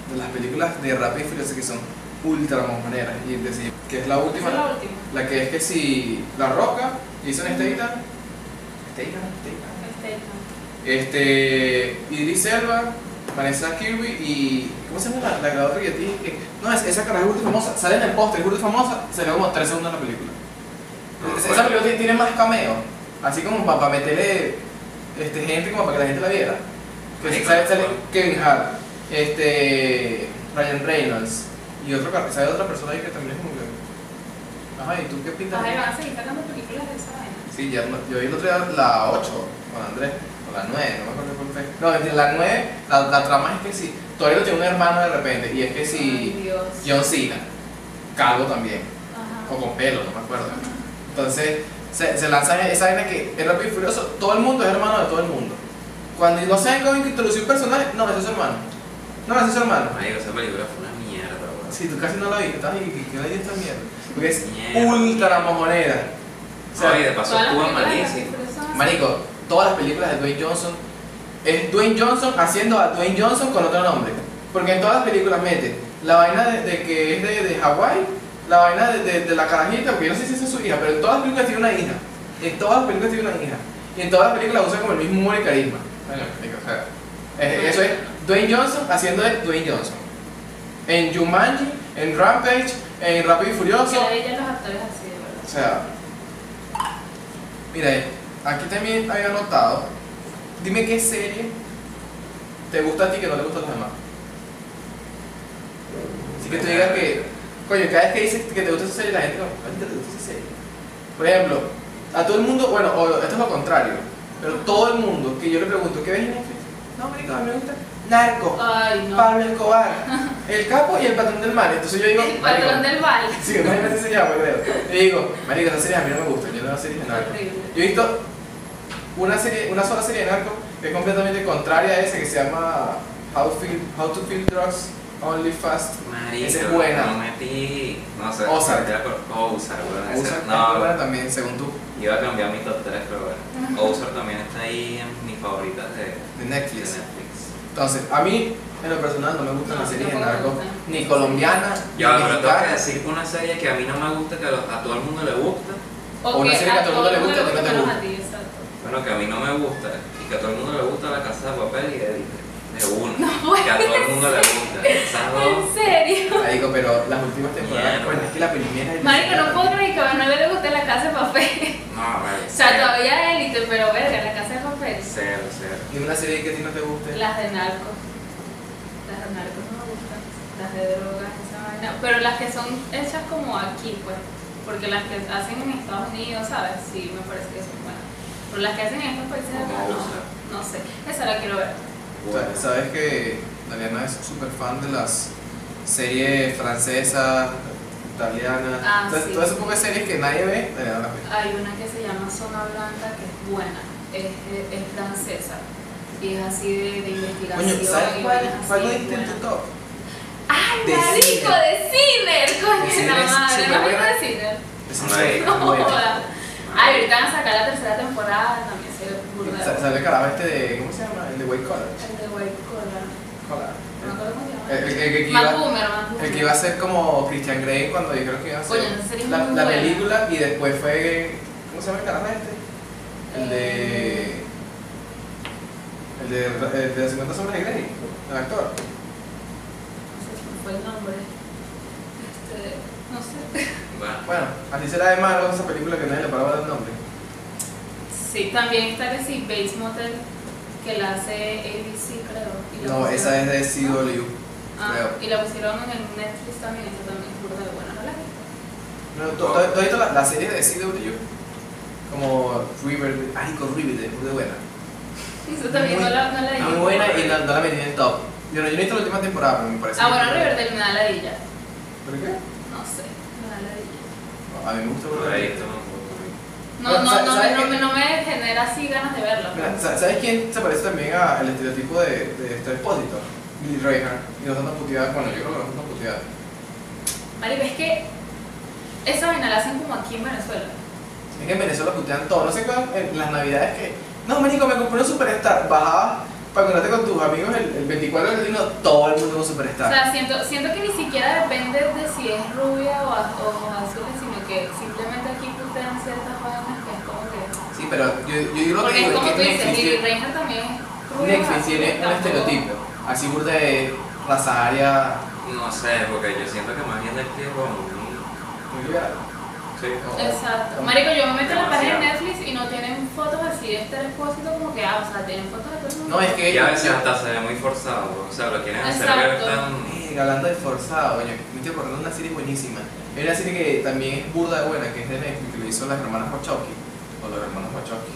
Speaker 1: de las películas de Rápido y Furioso que son ultra monjoneras y decir que es la
Speaker 3: Esa
Speaker 1: última,
Speaker 3: es la última.
Speaker 1: la que es que si La Roca, Jason Statham, Statham, Statham,
Speaker 3: Este,
Speaker 1: este, Idris Elba, Vanessa Kirby y ¿cómo se llama la, la grabadora que yo te dije? que- No, es, esa cara es burda famosa, sale en el póster, es burda famosa, salió como tres segundos en la película.
Speaker 2: No,
Speaker 1: Esa-
Speaker 2: bueno.
Speaker 1: Esa película tiene- tiene más cameos, así como para, meterle este, gente como para que la gente la viera. Que
Speaker 2: Marico,
Speaker 1: sale, sale
Speaker 2: bueno.
Speaker 1: Kevin Hart, este, Ryan Reynolds y otro car- sale otra persona ahí que también es como que... Ajá, ¿y tú qué
Speaker 3: no.
Speaker 1: pintas?
Speaker 3: Ay, van a seguir sacando películas de esa vaina.
Speaker 1: Sí, ya, no- yo vi el otro día la 8 con Andrés, o la 9, no me acuerdo cuál fue. No, mentira, la 9, la, la trama es que si Toreto tiene un hermano de repente, y es que
Speaker 3: Ay,
Speaker 1: si
Speaker 3: Dios.
Speaker 1: John Cena, calvo también, o
Speaker 3: Ajá.
Speaker 1: con pelo, no me acuerdo. Entonces, se, se lanza esa vaina que es rápido y furioso, todo el mundo es hermano de todo el mundo. Cuando no saben cómo introducir un personaje, no, ese es su hermano. No, ese es su hermano.
Speaker 2: Marico, esa película fue una mierda, weón.
Speaker 1: Si tú casi no la viste, estás ahí, que la esta mierda. Porque es
Speaker 2: Mierda.
Speaker 1: ultra mojonera. O sea,
Speaker 2: Oye, de paso
Speaker 3: Todas las
Speaker 2: estuvo
Speaker 3: películas de
Speaker 2: malísimo.
Speaker 3: Rápido y Furioso son así.
Speaker 1: Marico, todas las películas de Dwayne Johnson es Dwayne Johnson haciendo a Dwayne Johnson con otro nombre. Porque en todas las películas mete la vaina de, de que es de, de Hawái, la vaina de, de- de la carajita, porque yo no sé si esa es su hija, pero en todas las películas tiene una hija. En todas las películas tiene una hija. Y en todas las películas usa como el mismo humor y carisma. Bueno, marico, o sea, es- eso es Dwayne Johnson haciendo de Dwayne Johnson. En Jumanji, en Rampage, en Rápido y Furioso.
Speaker 3: Que ella los actores así, de verdad.
Speaker 1: O sea, mira, eh, aquí también había anotado. Dime qué serie te gusta a ti que no le gusta a los demás. Así que tú digas que, coño, cada vez que dices que te gusta esa serie, la gente como, "Ay, te gusta esa serie. Por ejemplo, a todo el mundo, bueno, o esto es lo contrario, pero todo el mundo que yo le pregunto, ¿qué ves en Netflix? No, marico, a mí me gusta Narco,
Speaker 3: Ay, no.
Speaker 1: Pablo Escobar, El Capo y El Patrón del Mar. Entonces yo digo,
Speaker 3: El
Speaker 1: "Marico,
Speaker 3: patrón del baile.
Speaker 1: Sí, imagínate ese llama, creo. Y digo, marico, esas series a mí no me gustan, yo no veo series de narco.
Speaker 3: Horrible.
Speaker 1: Yo he visto una, serie, una sola serie de narco que es completamente contraria a esa que se llama How, Feel- How to Feel Drugs Only Fast.
Speaker 2: Marico,
Speaker 1: Esa es buena.
Speaker 2: No metí. No sé.
Speaker 1: Ozark.
Speaker 2: era por- Ozark, weón, ese-
Speaker 1: Usa
Speaker 2: No,
Speaker 1: es buena también, según tú,
Speaker 2: iba a cambiar mi top 3, pero bueno. Ozark también está ahí en mis favoritas de, de
Speaker 1: de Netflix.
Speaker 2: Netflix.
Speaker 1: Entonces, a mí, en lo personal, no me gustan
Speaker 3: No,
Speaker 1: las series de
Speaker 3: tampoco me
Speaker 1: narco,
Speaker 3: gustan.
Speaker 1: ni colombiana,
Speaker 2: Ya,
Speaker 1: ni
Speaker 2: pero tengo que
Speaker 1: mexicana.
Speaker 2: decir que una serie que a mí no me gusta, que a, los- a todo el mundo le gusta,
Speaker 3: O
Speaker 1: una
Speaker 3: que
Speaker 1: serie que a todo el mundo le gusta,
Speaker 3: todo
Speaker 1: a ti no te
Speaker 3: menos
Speaker 1: gusta.
Speaker 3: a ti, exacto.
Speaker 2: bueno, que a mí no me gusta, y que a todo el mundo le gusta La Casa de Papel y Edith. De una.
Speaker 3: puede
Speaker 2: que a todo el mundo le gusta. Esas dos.
Speaker 3: ¿En serio?
Speaker 1: Marico, pero las últimas temporadas,
Speaker 2: Mierda.
Speaker 1: bueno, es que la primera... y la
Speaker 3: Marico, no
Speaker 1: segunda-
Speaker 3: puedo creer que a Manuel le guste la casa de papel.
Speaker 2: No, vale.
Speaker 3: O sea, todavía élite, pero verga, la casa de papel.
Speaker 2: Cero, cero.
Speaker 1: Ni una serie que a ti no te guste.
Speaker 3: Las de narcos. Las de narcos no me gustan. Las de drogas, esa vaina. Pero las que son hechas como aquí, pues. Porque las que hacen en Estados Unidos, ¿sabes? Sí, me parece que son buenas. Pero las que hacen en estos países de acá,
Speaker 2: Como USA.
Speaker 3: no, no sé. Esa la quiero ver.
Speaker 2: Bueno.
Speaker 1: Sa- Sabes que Daliana es súper fan de las series francesas, italianas,
Speaker 3: Ah,
Speaker 1: entonces,
Speaker 3: sí.
Speaker 1: todas esas pocas series que nadie ve, Daliana las ve.
Speaker 3: Hay una que se llama Zona Blanca que es buena. Es, es- es francesa. Y es así de, de investigación.
Speaker 1: Coño, ¿sabes
Speaker 3: y
Speaker 1: cuál,
Speaker 3: vainas
Speaker 1: cuál
Speaker 3: así,
Speaker 1: lo diste en tu
Speaker 3: buena.
Speaker 1: top?
Speaker 3: ¡Ay,
Speaker 1: De
Speaker 3: marico!
Speaker 1: Sinner.
Speaker 3: ¡De Ciner!
Speaker 1: De
Speaker 3: ¡Coño,
Speaker 1: Sinner
Speaker 3: la
Speaker 1: es
Speaker 3: madre! ¿No has visto
Speaker 1: superbuena.
Speaker 3: de Sinner?
Speaker 1: Es
Speaker 2: No
Speaker 1: una
Speaker 2: la vi.
Speaker 1: serie
Speaker 3: No
Speaker 1: muy buena.
Speaker 3: joda. Ay, ahorita van a sacar la tercera temporada, también se ve burda.
Speaker 1: Sa- Sale el carajo este de, ¿cómo se llama? El de White Collar.
Speaker 3: El de White Collar.
Speaker 1: Collar.
Speaker 3: Eh, No me acuerdo cómo se
Speaker 1: El,
Speaker 3: llama.
Speaker 1: Eh, el- el que
Speaker 3: Matt
Speaker 1: iba,
Speaker 3: Boomer, Matt Boomer.
Speaker 1: el que iba a ser como Christian Grey cuando dijeron que iba a ser
Speaker 3: Coño, esa serie es
Speaker 1: la,
Speaker 3: muy
Speaker 1: la
Speaker 3: buena.
Speaker 1: película y después fue, ¿cómo se llama el carajo este? El de... El de, el de 50 sombras de Grey, el actor.
Speaker 3: No sé si fue el nombre. Este, no sé.
Speaker 2: Bueno.
Speaker 1: Bueno, así será de malo esa película que nadie le paraba el nombre.
Speaker 3: Sí, también está que sí, Bates Motel, que la hace ABC, creo. y la
Speaker 1: No,
Speaker 3: pusieron-
Speaker 1: esa es de CW.
Speaker 3: Ah,
Speaker 1: creo.
Speaker 3: Y la pusieron en el Netflix también, esa también es burda de buena, ¿verdad?
Speaker 1: No, ¿tú, tú- tú has visto la, la serie de CW? Como River, ay, con Riverdale, muy buena.
Speaker 3: Eso también
Speaker 1: Muy-
Speaker 3: no la, no la
Speaker 1: Muy
Speaker 3: dije.
Speaker 1: buena y no, no la metí en el top. Yo no, yo no he visto la última temporada, pero me parece.
Speaker 3: Ah,
Speaker 1: muy
Speaker 3: bueno,
Speaker 1: buena.
Speaker 3: Riverdale me da la villa.
Speaker 1: ¿Pero qué?
Speaker 3: No sé, me da la villa.
Speaker 1: No, A mí me gusta
Speaker 2: Por
Speaker 1: Riverdale.
Speaker 2: ahí esto no-
Speaker 3: No,
Speaker 1: Pero,
Speaker 3: no,
Speaker 1: ¿sabes-
Speaker 3: no, me,
Speaker 1: sabes
Speaker 3: no,
Speaker 1: qué?
Speaker 3: me, no me genera así ganas de verlo.
Speaker 1: Mira, ¿sa- ¿Sabes quién se parece también a- al estereotipo de, de este expósito? Billy Reinhardt. Y nos andan puteadas, bueno, yo creo que nos andan puteadas.
Speaker 3: Marico, es que esa vaina la hacen como aquí en Venezuela.
Speaker 1: Es que en Venezuela putean todo. No sé cuándo, en las navidades que. No, marico, me compré un superstar. Bajabas para encontrarte con tus amigos el, el 24 de vino, todo el mundo un
Speaker 3: O
Speaker 1: superstar.
Speaker 3: sea, siento, siento que ni siquiera depende de si es rubia o, a- o azul, sino que simplemente aquí putean ciertas vainas que es como que...
Speaker 1: sí, pero yo, yo digo lo que
Speaker 3: Porque es
Speaker 1: digo
Speaker 3: como
Speaker 1: es
Speaker 3: tú
Speaker 1: que
Speaker 3: dices,
Speaker 1: Netflix,
Speaker 3: Lili
Speaker 1: tiene-
Speaker 3: Reina también es rubia.
Speaker 1: Netflix
Speaker 3: azul,
Speaker 1: tiene un
Speaker 3: tampoco-
Speaker 1: estereotipo. Así burda de raza aria.
Speaker 2: No sé, porque yo siento que más bien el que bueno,
Speaker 1: muy liberal.
Speaker 2: sí.
Speaker 1: O- o-
Speaker 3: Exacto. Marico, yo me meto en la página de
Speaker 2: Demasiado.
Speaker 3: Netflix y no tienen fotos así de este expósito como que, ah, o sea, tienen fotos de todo el mundo.
Speaker 1: No, es que.
Speaker 2: Y a veces hasta se ve muy forzado, o sea, lo quieren hacer ver
Speaker 3: Exacto.
Speaker 2: tan...
Speaker 1: Mierda, Hablando de forzado, oye, me estoy acordando de una serie buenísima. Hay una serie que también es burda de buena, que es de Netflix, que lo hizo las hermanas Wachowski. O los hermanos Wachowski.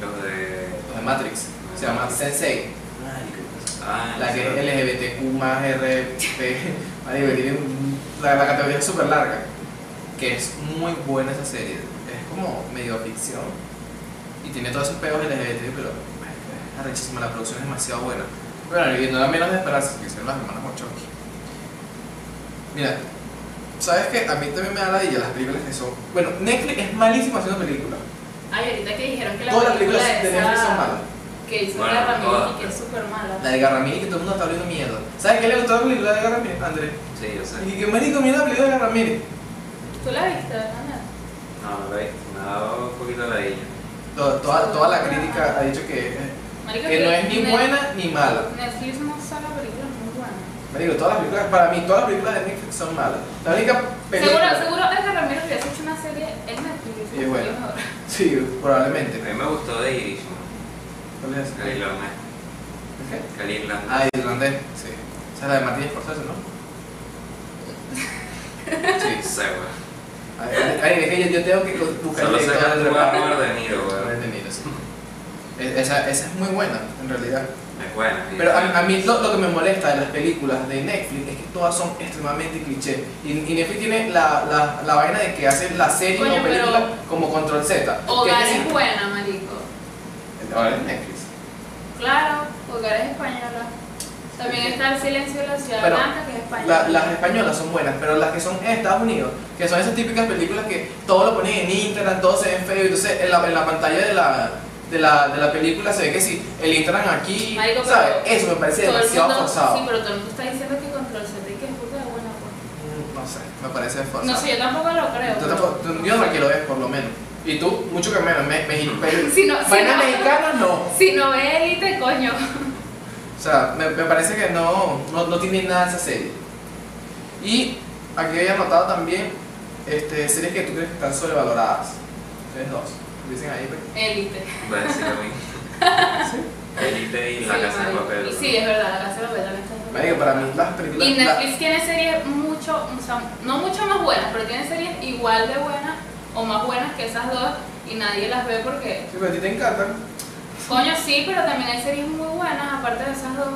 Speaker 2: Los de...
Speaker 1: Los de Matrix. Se llama Sensei. Marico.
Speaker 2: Ah,
Speaker 1: La que
Speaker 2: sí.
Speaker 1: es LGBTQ más RP, marico, tiene un- la, la categoría es súper larga, que es muy buena esa serie, es como medio ficción y tiene todos esos pegos LGBT, pero marico, es arrechísima, la producción es demasiado buena. Bueno, y no da menos de esperanza que hicieron las hermanas Wachowski. Mira, ¿sabes qué? A mí también me da la idea las películas que son... Bueno, Netflix es malísimo haciendo películas.
Speaker 3: Ay, ahorita que dijeron que la
Speaker 1: Todas las películas
Speaker 3: película
Speaker 1: de
Speaker 3: esa-
Speaker 1: Netflix son malas.
Speaker 3: que que hizo
Speaker 2: Bueno,
Speaker 3: la
Speaker 2: joda.
Speaker 3: Ramírez y que es súper mala.
Speaker 1: La de Garramini que todo el mundo está abriendo miedo. ¿Sabes qué le gustó la película de Garramini? Andrés.
Speaker 2: Sí, yo sé.
Speaker 1: Y que marico, mira la película de Garramini.
Speaker 3: ¿Tú la viste, verdad?
Speaker 2: No, no la he visto. Me ha dado un poquito de la
Speaker 1: To- Toda, toda la crítica ha dicho que,
Speaker 3: Marico,
Speaker 1: que no es ni
Speaker 3: Net-
Speaker 1: buena ni mala.
Speaker 3: Netflix muestra la película muy buena.
Speaker 1: Marico, todas las películas, para mí, todas las películas de Netflix son malas. La única
Speaker 3: Seguro,
Speaker 1: película.
Speaker 3: seguro Edgar Ramírez hubiese hecho una serie en Netflix.
Speaker 1: Y es buena.
Speaker 3: mejor.
Speaker 1: Sí, probablemente.
Speaker 2: A mí me gustó de Irishman.
Speaker 1: ¿Cuál es?
Speaker 2: El irlandés.
Speaker 1: ¿Qué?
Speaker 2: El irlandés.
Speaker 1: Ah, irlandés, sí. Esa es la de Martínez Scorsese, ¿no? Sí.
Speaker 2: Sí, güey.
Speaker 1: Ay, ay, ay, es que yo, yo tengo que co- buscar
Speaker 2: Solo
Speaker 1: el
Speaker 2: sé
Speaker 1: director
Speaker 2: que
Speaker 1: del
Speaker 2: tú a
Speaker 1: reparto.
Speaker 2: Robert De Niro,
Speaker 1: Robert
Speaker 2: güey.
Speaker 1: De Niro, sí. Es- E-, Esa, esa es muy buena, en realidad.
Speaker 2: Es buena. sí.
Speaker 1: Pero ah, a, a mí lo, lo que me molesta de las películas de Netflix es que todas son extremadamente cliché. Y, y Netflix tiene la, la, la vaina de que hacen la serie
Speaker 3: Coño,
Speaker 1: o
Speaker 3: pero-
Speaker 1: película como Control Z. que
Speaker 3: Hogar
Speaker 1: es
Speaker 3: es buena, marico.
Speaker 1: que- Ahora es Netflix.
Speaker 3: Claro, Hogar es española. También está El silencio de la ciudad
Speaker 1: Pero
Speaker 3: blanca, que es española.
Speaker 1: La- las españolas son buenas, pero las que son en Estados Unidos, que son esas típicas películas que todo lo ponen en Instagram, todo se ve en Facebook, entonces en la, en la pantalla de la, de, la, de la película se ve que sí, el Instagram aquí,
Speaker 3: Marico,
Speaker 1: ¿sabes?
Speaker 3: pero
Speaker 1: Eso me parece
Speaker 3: Todo el
Speaker 1: demasiado
Speaker 3: mundo-
Speaker 1: forzado.
Speaker 3: Sí, pero todo el mundo está diciendo que Control Z y que es puta de buena. pues.
Speaker 1: Mm, No sé, me parece forzado.
Speaker 3: No sé, yo tampoco lo creo.
Speaker 1: Tú tampoco- tú- yo no quiero ver, por lo menos. Y tú, mucho que menos, me, me, me-
Speaker 3: Si Mm. no- si
Speaker 1: vaina
Speaker 3: no.
Speaker 1: mexicana no.
Speaker 3: Si no ve Elite, coño.
Speaker 1: O sea, me, me parece que no, no, no tiene nada esa serie. Y aquí había anotado también este, series que tú crees que están sobrevaloradas. Ustedes dos. Dicen ahí, pues. pero-
Speaker 3: Elite.
Speaker 2: Voy a decir lo mismo. Elite y la
Speaker 3: Sí,
Speaker 2: casa de
Speaker 3: marico.
Speaker 2: papel.
Speaker 3: Y Sí, es verdad, la casa de papel también está
Speaker 1: Marico, para mí las películas.
Speaker 3: Y
Speaker 1: la-
Speaker 3: Netflix tiene series mucho, o sea, no mucho más buenas, pero tiene series igual de buenas o más buenas que esas dos y nadie las ve porque,
Speaker 1: sí, pero a ti te encantan.
Speaker 3: coño, sí, pero también hay series muy buenas aparte de esas dos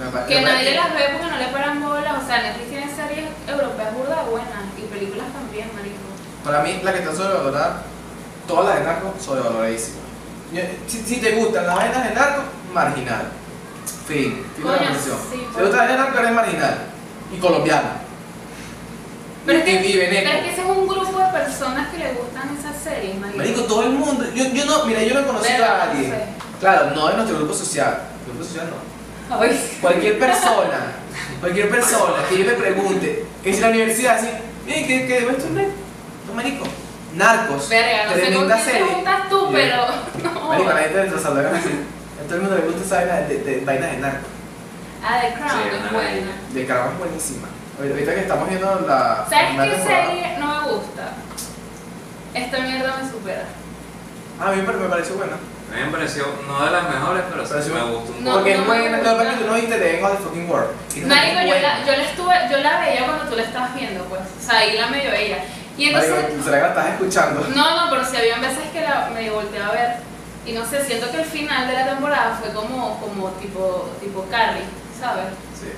Speaker 1: Me pa-
Speaker 3: que
Speaker 1: me parece
Speaker 3: nadie las ve porque no le paran bolas. O sea, Netflix tiene series europeas burda buenas y películas también, marico.
Speaker 1: Para mí, las que están sobrevaloradas, todas las de narco, sobrevaloradísimas. Yo- Si, si te gustan las vainas de narco, marginal. Fin. Fin de la
Speaker 3: Coño,
Speaker 1: conversación.
Speaker 3: sí,
Speaker 1: si te gustan las de narco, eres marginal. Y colombiano.
Speaker 3: Pero
Speaker 1: y,
Speaker 3: es que,
Speaker 1: y veneco.
Speaker 3: pero es que ese es un grupo de personas que le gustan esas series, marico.
Speaker 1: Marico, todo el mundo. Yo, yo no, mira, yo no he conocido
Speaker 3: Verga,
Speaker 1: a
Speaker 3: no
Speaker 1: nadie.
Speaker 3: sé.
Speaker 1: Claro, no en nuestro grupo social. Grupo social no.
Speaker 3: Ay, sí.
Speaker 1: Cualquier persona, cualquier persona que yo le pregunte, que si la universidad, así, miren, ¿qué, qué ves tú, Andrés? No, marico. Narcos.
Speaker 3: Verga, no sé con
Speaker 1: tremenda
Speaker 3: quién te
Speaker 1: serie.
Speaker 3: juntas tú,
Speaker 1: Y-
Speaker 3: pero... no.
Speaker 1: Marico, a la gente dentro de Salvador así. A todo el mundo le gusta esa vaina de, de- de vainas de narcos.
Speaker 3: Ah, The Crown
Speaker 2: Sí, una
Speaker 3: es
Speaker 2: maravilla.
Speaker 3: buena.
Speaker 1: De Caramba es buenísima. Ahorita ahorita que estamos viendo la.
Speaker 3: ¿Sabes
Speaker 1: primera
Speaker 3: qué
Speaker 1: temporada.
Speaker 3: serie no me gusta? Esta mierda me supera.
Speaker 1: Ah, A mí me me pareció buena.
Speaker 2: A mí me pareció, no de las mejores, pero sí
Speaker 1: Pareció-
Speaker 2: me gustó un
Speaker 3: No,
Speaker 2: poco.
Speaker 1: Porque es
Speaker 3: no me
Speaker 1: buena. Lo que
Speaker 3: gusta.
Speaker 1: pasa es que tú no viste The End of the Fucking World. Y tú,
Speaker 3: Marico,
Speaker 1: es
Speaker 3: yo
Speaker 1: buena.
Speaker 3: la, yo la estuve, yo la veía cuando tú la estabas viendo, pues. O sea, ahí la medio veía. Y
Speaker 1: Marico,
Speaker 3: entonces.
Speaker 1: ¿será que la estás escuchando?
Speaker 3: No, no, pero si habían veces que la medio volteaba a ver. Y no sé, siento que el final de la temporada fue como, como tipo, tipo Carrie, ¿sabes?
Speaker 1: Sí.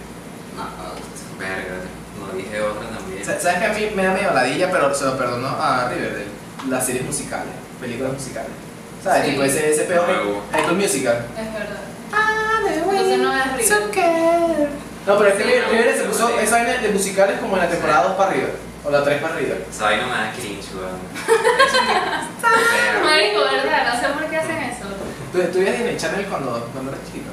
Speaker 3: No, no me gusta.
Speaker 2: Verga, no dije otra también.
Speaker 1: Sa- ¿Sabes que a mí me da medio ladilla, pero se lo perdono a Riverdale? Las series musicales, películas musicales. ¿Sabes?
Speaker 3: Sí.
Speaker 1: Tipo ese, ese peor
Speaker 2: Luego.
Speaker 1: High School Musical.
Speaker 3: es verdad. Entonces no es
Speaker 1: So
Speaker 3: horrible.
Speaker 1: good. No, pero es que
Speaker 2: Sí,
Speaker 1: River-
Speaker 2: no,
Speaker 1: Riverdale se
Speaker 2: no,
Speaker 1: puso
Speaker 2: sí.
Speaker 1: esa vaina de musicales como en la temporada 2 para arriba, o la 3 para arriba.
Speaker 2: Esa vaina me da cringe, weón. Pero-
Speaker 3: Marico, ¿verdad? No sé por qué hacen eso.
Speaker 1: ¿Tú estuviste en el channel cuando, cuando eras chiquito?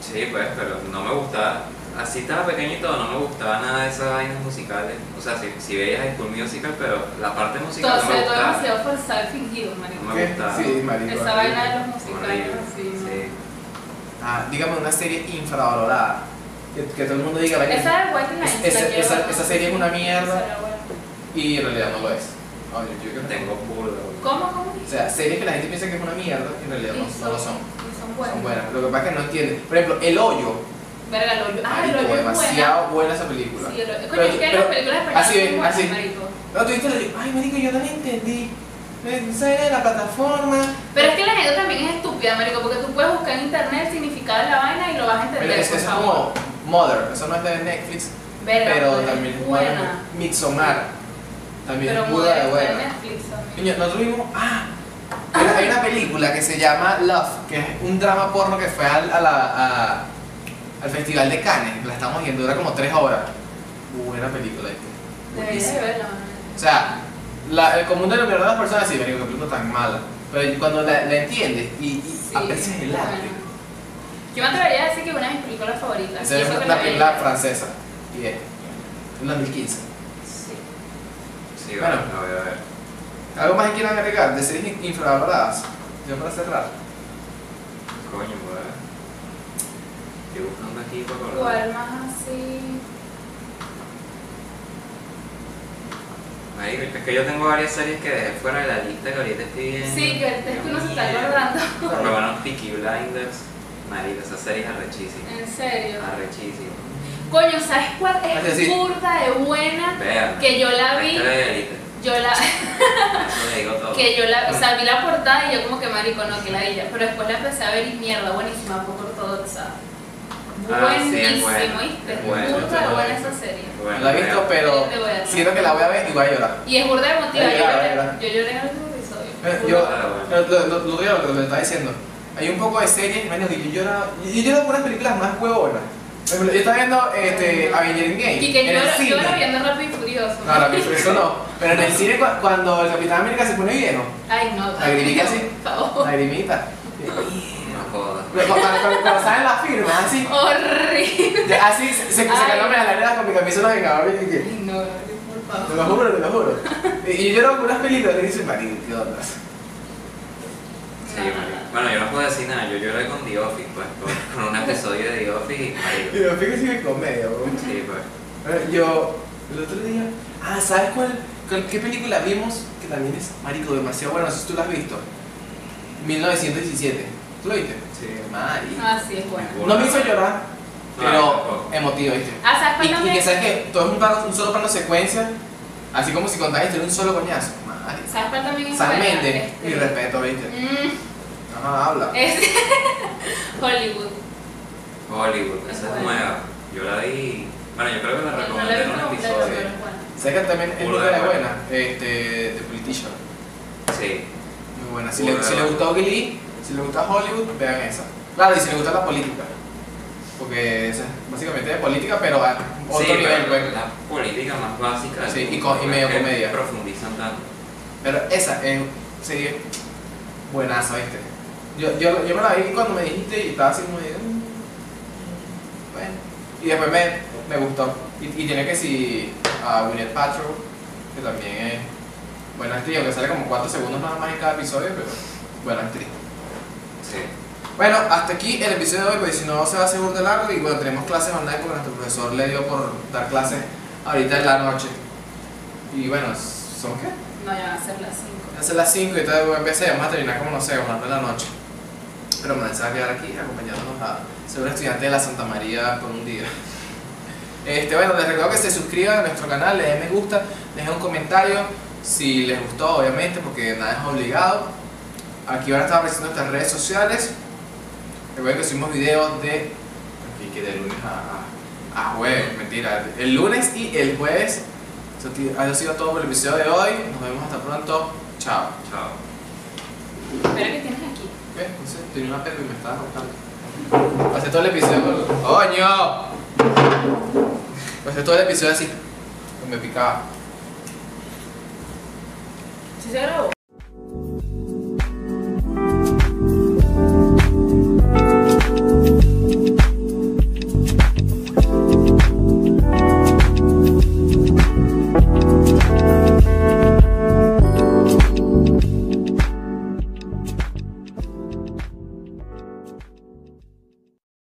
Speaker 2: Sí, pues, pero no me gustaba. Así estaba pequeñito, no me gustaba nada de esas vainas musicales. O sea, si, si veías High School Musical, pero la parte musical no
Speaker 3: Entonces,
Speaker 2: me
Speaker 3: todo
Speaker 2: gustaba.
Speaker 3: demasiado forzado y fingido, marico.
Speaker 2: No me
Speaker 1: ¿Qué?
Speaker 2: gustaba.
Speaker 1: Sí, marico.
Speaker 3: Esa
Speaker 1: horrible.
Speaker 3: vaina de los musicales,
Speaker 2: Horrible.
Speaker 3: así, ¿no?
Speaker 2: Sí.
Speaker 1: Ah, dígame una serie infravalorada. Que, que todo el mundo diga, "Vale,
Speaker 3: Esa de White Lines.
Speaker 1: es-
Speaker 3: la
Speaker 1: esa,
Speaker 3: que
Speaker 1: esa,
Speaker 3: va-
Speaker 1: esa serie es una
Speaker 3: esa
Speaker 1: mierda
Speaker 3: era buena.
Speaker 1: y en realidad no lo es. Ah, yo- yo creo que-
Speaker 2: Tengo burda. weón.
Speaker 3: ¿Cómo? ¿Cómo?
Speaker 1: O sea, series que la gente piensa que es una mierda, en realidad no, no lo son.
Speaker 3: y son
Speaker 1: Son
Speaker 3: buenas.
Speaker 1: buenas. Lo que pasa es que no entienden. Por ejemplo, El Hoyo.
Speaker 3: Verga, el hoyo. Ah, el
Speaker 1: marico,
Speaker 3: hoyo es
Speaker 1: demasiado buena. esa película.
Speaker 3: buena. Sí, el hoyo. Coño,
Speaker 1: Pero-
Speaker 3: es que
Speaker 1: pero-
Speaker 3: las películas españolas
Speaker 1: así es,
Speaker 3: son buenas,
Speaker 1: así.
Speaker 3: marico.
Speaker 1: No, tú viste El Hoyo. Ay, marico, yo no la entendí. Esa era de la plataforma.
Speaker 3: Pero es que la gente también es estúpida, marico, porque tú puedes buscar en internet el significado de la vaina y lo vas a
Speaker 1: Pero
Speaker 3: entender,
Speaker 1: es que
Speaker 3: por
Speaker 1: eso es
Speaker 3: favor.
Speaker 1: como Mother. Eso no es de Netflix,
Speaker 3: Verga,
Speaker 1: pero
Speaker 3: pues,
Speaker 1: también es
Speaker 3: buena.
Speaker 1: buena. Midsommar. También
Speaker 3: Pero
Speaker 1: es
Speaker 3: muy
Speaker 1: burda de
Speaker 3: está en
Speaker 1: buena.
Speaker 3: Netflix también.
Speaker 1: Coño, nosotros vimos. ¡Ah! Hay una- Hay una película que se llama Love, que es un drama porno que fue al, a la- a- al Festival de Cannes. La estamos viendo, dura como tres horas. Buena película, ¿viste?
Speaker 3: Deberías de
Speaker 1: Buenísima.
Speaker 3: verla.
Speaker 1: O sea, la- el común denominador de las personas sí, pero qué película tan mala. Pero cuando la, la entiendes y, y
Speaker 3: Sí,
Speaker 1: aprecias el arte.
Speaker 3: bueno. Yo me atrevería a decir que una de mis películas favoritas.
Speaker 1: Esa es
Speaker 3: y eso
Speaker 1: una,
Speaker 3: que
Speaker 1: una
Speaker 3: no me-
Speaker 1: película francesa. Y es. En 2015.
Speaker 3: Sí.
Speaker 2: Sí,
Speaker 1: Bueno.
Speaker 2: bueno, la voy a ver.
Speaker 1: ¿Algo más que quieran agregar? De series in- infravaloradas. Ya para cerrar.
Speaker 2: Coño, weón. Estoy buscando aquí para acordar.
Speaker 3: ¿Cuál más así?
Speaker 2: Marico, es que yo tengo varias series que dejé fuera de la lista que ahorita estoy viendo.
Speaker 3: Sí, que es que uno se está
Speaker 2: Mierda.
Speaker 3: acordando.
Speaker 2: Por lo menos Peaky Blinders. Marico, esa serie es arrechísima.
Speaker 3: En serio.
Speaker 2: Arrechísima.
Speaker 3: Coño, ¿sabes cuál
Speaker 1: Así,
Speaker 3: es
Speaker 1: así.
Speaker 3: burda de buena?
Speaker 2: Vean.
Speaker 3: Que yo la
Speaker 2: Ahí
Speaker 3: vi,
Speaker 2: está la de Elite.
Speaker 3: yo la,
Speaker 2: Eso le digo todo.
Speaker 3: que yo la, o sea, vi la portada y yo como que marico, no, que la vi ya. Pero después la empecé a ver y mierda, buenísima, poco ortodoxa.
Speaker 2: Ah, sí, es
Speaker 3: Buenísimo,
Speaker 2: buena,
Speaker 3: ¿viste?
Speaker 2: es
Speaker 1: buena,
Speaker 2: yo
Speaker 3: burda
Speaker 2: te
Speaker 3: de
Speaker 2: la
Speaker 3: buena
Speaker 2: vi.
Speaker 3: esa serie.
Speaker 1: No
Speaker 2: Bueno,
Speaker 1: la he visto,
Speaker 2: vean.
Speaker 1: pero
Speaker 3: Te voy a-
Speaker 1: siento que la voy a ver y voy a llorar.
Speaker 3: Y es burda emotiva,
Speaker 1: Ahí
Speaker 3: yo
Speaker 1: va,
Speaker 3: lloré,
Speaker 1: ahí va.
Speaker 3: yo lloré en el último
Speaker 1: Eh,
Speaker 3: episodio. Burda.
Speaker 1: yo-
Speaker 2: Ah, bueno.
Speaker 1: Lo, lo, lo, lo digo, lo que me estaba diciendo. Hay un poco de series, menos que yo lloraba. Yo lloro por unas películas más huevonas. Por ejemplo, Yo estaba viendo este, Avengers Game.
Speaker 3: Y que yo
Speaker 1: en el
Speaker 3: era, yo era
Speaker 1: cine.
Speaker 3: viendo Rápido y Furioso.
Speaker 1: No, la eso no. Pero en el cine, cu- cuando el Capitán América se pone viejo,
Speaker 3: Ay, no.
Speaker 1: Lagrimita, sí.
Speaker 3: Por favor.
Speaker 1: lagrimita.
Speaker 2: No jodas.
Speaker 1: Cuando, cuando, cuando salen las firmas, así.
Speaker 3: Horrible.
Speaker 1: ya, Así se, se, se
Speaker 3: Ay.
Speaker 1: caló la arena con mi camisa de los Vengadores. y que-
Speaker 3: Ay, no, Gabriel, por
Speaker 1: Te lo
Speaker 3: favor.
Speaker 1: juro, te lo juro. Y- Y yo lloro por unas películas que dicen, marido, ¿qué onda?
Speaker 2: Sí, marico. Bueno, yo no puedo decir nada. Yo lloré con The Office, pues, con- con un episodio de The Office y
Speaker 1: Y
Speaker 2: marico.
Speaker 1: lo fíjate si es comedia, bro.
Speaker 2: Sí, pues.
Speaker 1: Eh, Yo, el otro día, ah, ¿sabes cuál, cuál- qué película vimos? Que también es, marico, demasiado buena, no sé si tú la has visto. 1917. ¿Tú lo viste?
Speaker 2: Sí.
Speaker 1: Marico.
Speaker 3: Ah, sí, es bueno.
Speaker 1: No me hizo llorar,
Speaker 2: No,
Speaker 1: pero
Speaker 2: tampoco.
Speaker 1: emotivo, ¿viste?
Speaker 3: Ah, ¿sabes cuál
Speaker 1: Y, y
Speaker 3: también?
Speaker 1: que sabes que todo es un, plano- un solo plano secuencia, así como si contaras en un solo coñazo. Marico.
Speaker 3: ¿Sabes cuál también es
Speaker 1: San
Speaker 3: buena?
Speaker 1: Méndez,
Speaker 3: Este-
Speaker 1: mi respeto, ¿viste?
Speaker 3: Mm,
Speaker 1: Ajá, habla.
Speaker 3: es Hollywood.
Speaker 2: Hollywood,
Speaker 3: Es
Speaker 2: esa es
Speaker 3: buena.
Speaker 2: nueva. Yo la vi. Bueno, yo creo que la
Speaker 3: No la
Speaker 2: recomendé
Speaker 3: vi
Speaker 2: en un
Speaker 3: completa,
Speaker 2: episodio.
Speaker 3: pero es buena.
Speaker 1: ¿Sabes que también es
Speaker 2: Burda
Speaker 1: muy
Speaker 2: de buena.
Speaker 1: buena? Este, The Politician.
Speaker 2: Sí.
Speaker 1: Muy buena. Si,
Speaker 2: Burda
Speaker 1: le,
Speaker 2: de
Speaker 1: si le
Speaker 2: buena.
Speaker 1: gustó Glee, si le gusta Hollywood, vean esa. Claro, y si le gusta la política. Porque esa es básicamente de política, pero a otro
Speaker 2: sí,
Speaker 1: nivel.
Speaker 2: pero
Speaker 1: pues.
Speaker 2: la política más básica. del
Speaker 1: Sí, y
Speaker 2: mundo,
Speaker 1: co- y
Speaker 2: pues,
Speaker 1: medio
Speaker 2: que
Speaker 1: comedia.
Speaker 2: Profundizan tanto.
Speaker 1: Pero esa es sí, buenaza, ¿viste? Yo, yo, yo me la vi cuando me dijiste y estaba así como de, "Mm, Bueno. Y después me, me gustó. Y, y tiene que si a Winnet Patrol, que también es buena actriz, aunque sale como 4 segundos nada más en cada episodio, pero buena actriz.
Speaker 2: Sí.
Speaker 1: Bueno, hasta aquí el episodio de hoy, porque si no se va a hacer burda largo y bueno, tenemos clases online porque nuestro profesor le dio por dar clases ahorita en la noche. Y bueno, ¿son qué?
Speaker 3: No, ya van a ser las 5.
Speaker 1: Van a ser las 5 y tal, voy a empezar, vamos a terminar como no sé, una de la noche. Pero me se va a quedar aquí acompañándonos a ser un estudiante de la Santa María por un día. Este, bueno, les recuerdo que se suscriban a nuestro canal, le den me gusta, dejen un comentario si les gustó, obviamente, porque nada es obligado. Aquí van a estar apareciendo nuestras redes sociales. Recuerden que subimos videos de. Aquí que de lunes a, a- a jueves, mentira. El lunes y el jueves. Eso ti- ha sido todo por el episodio de hoy. Nos vemos hasta pronto. Chao.
Speaker 2: Chao.
Speaker 3: Espera que tienes aquí.
Speaker 1: ¿Qué? No sé, pues tenía una perra y me estaba cortando. Pasé todo el episodio. con- ¡Coño! Pasé todo el episodio así. Me picaba.
Speaker 3: ¿Sí se grabó?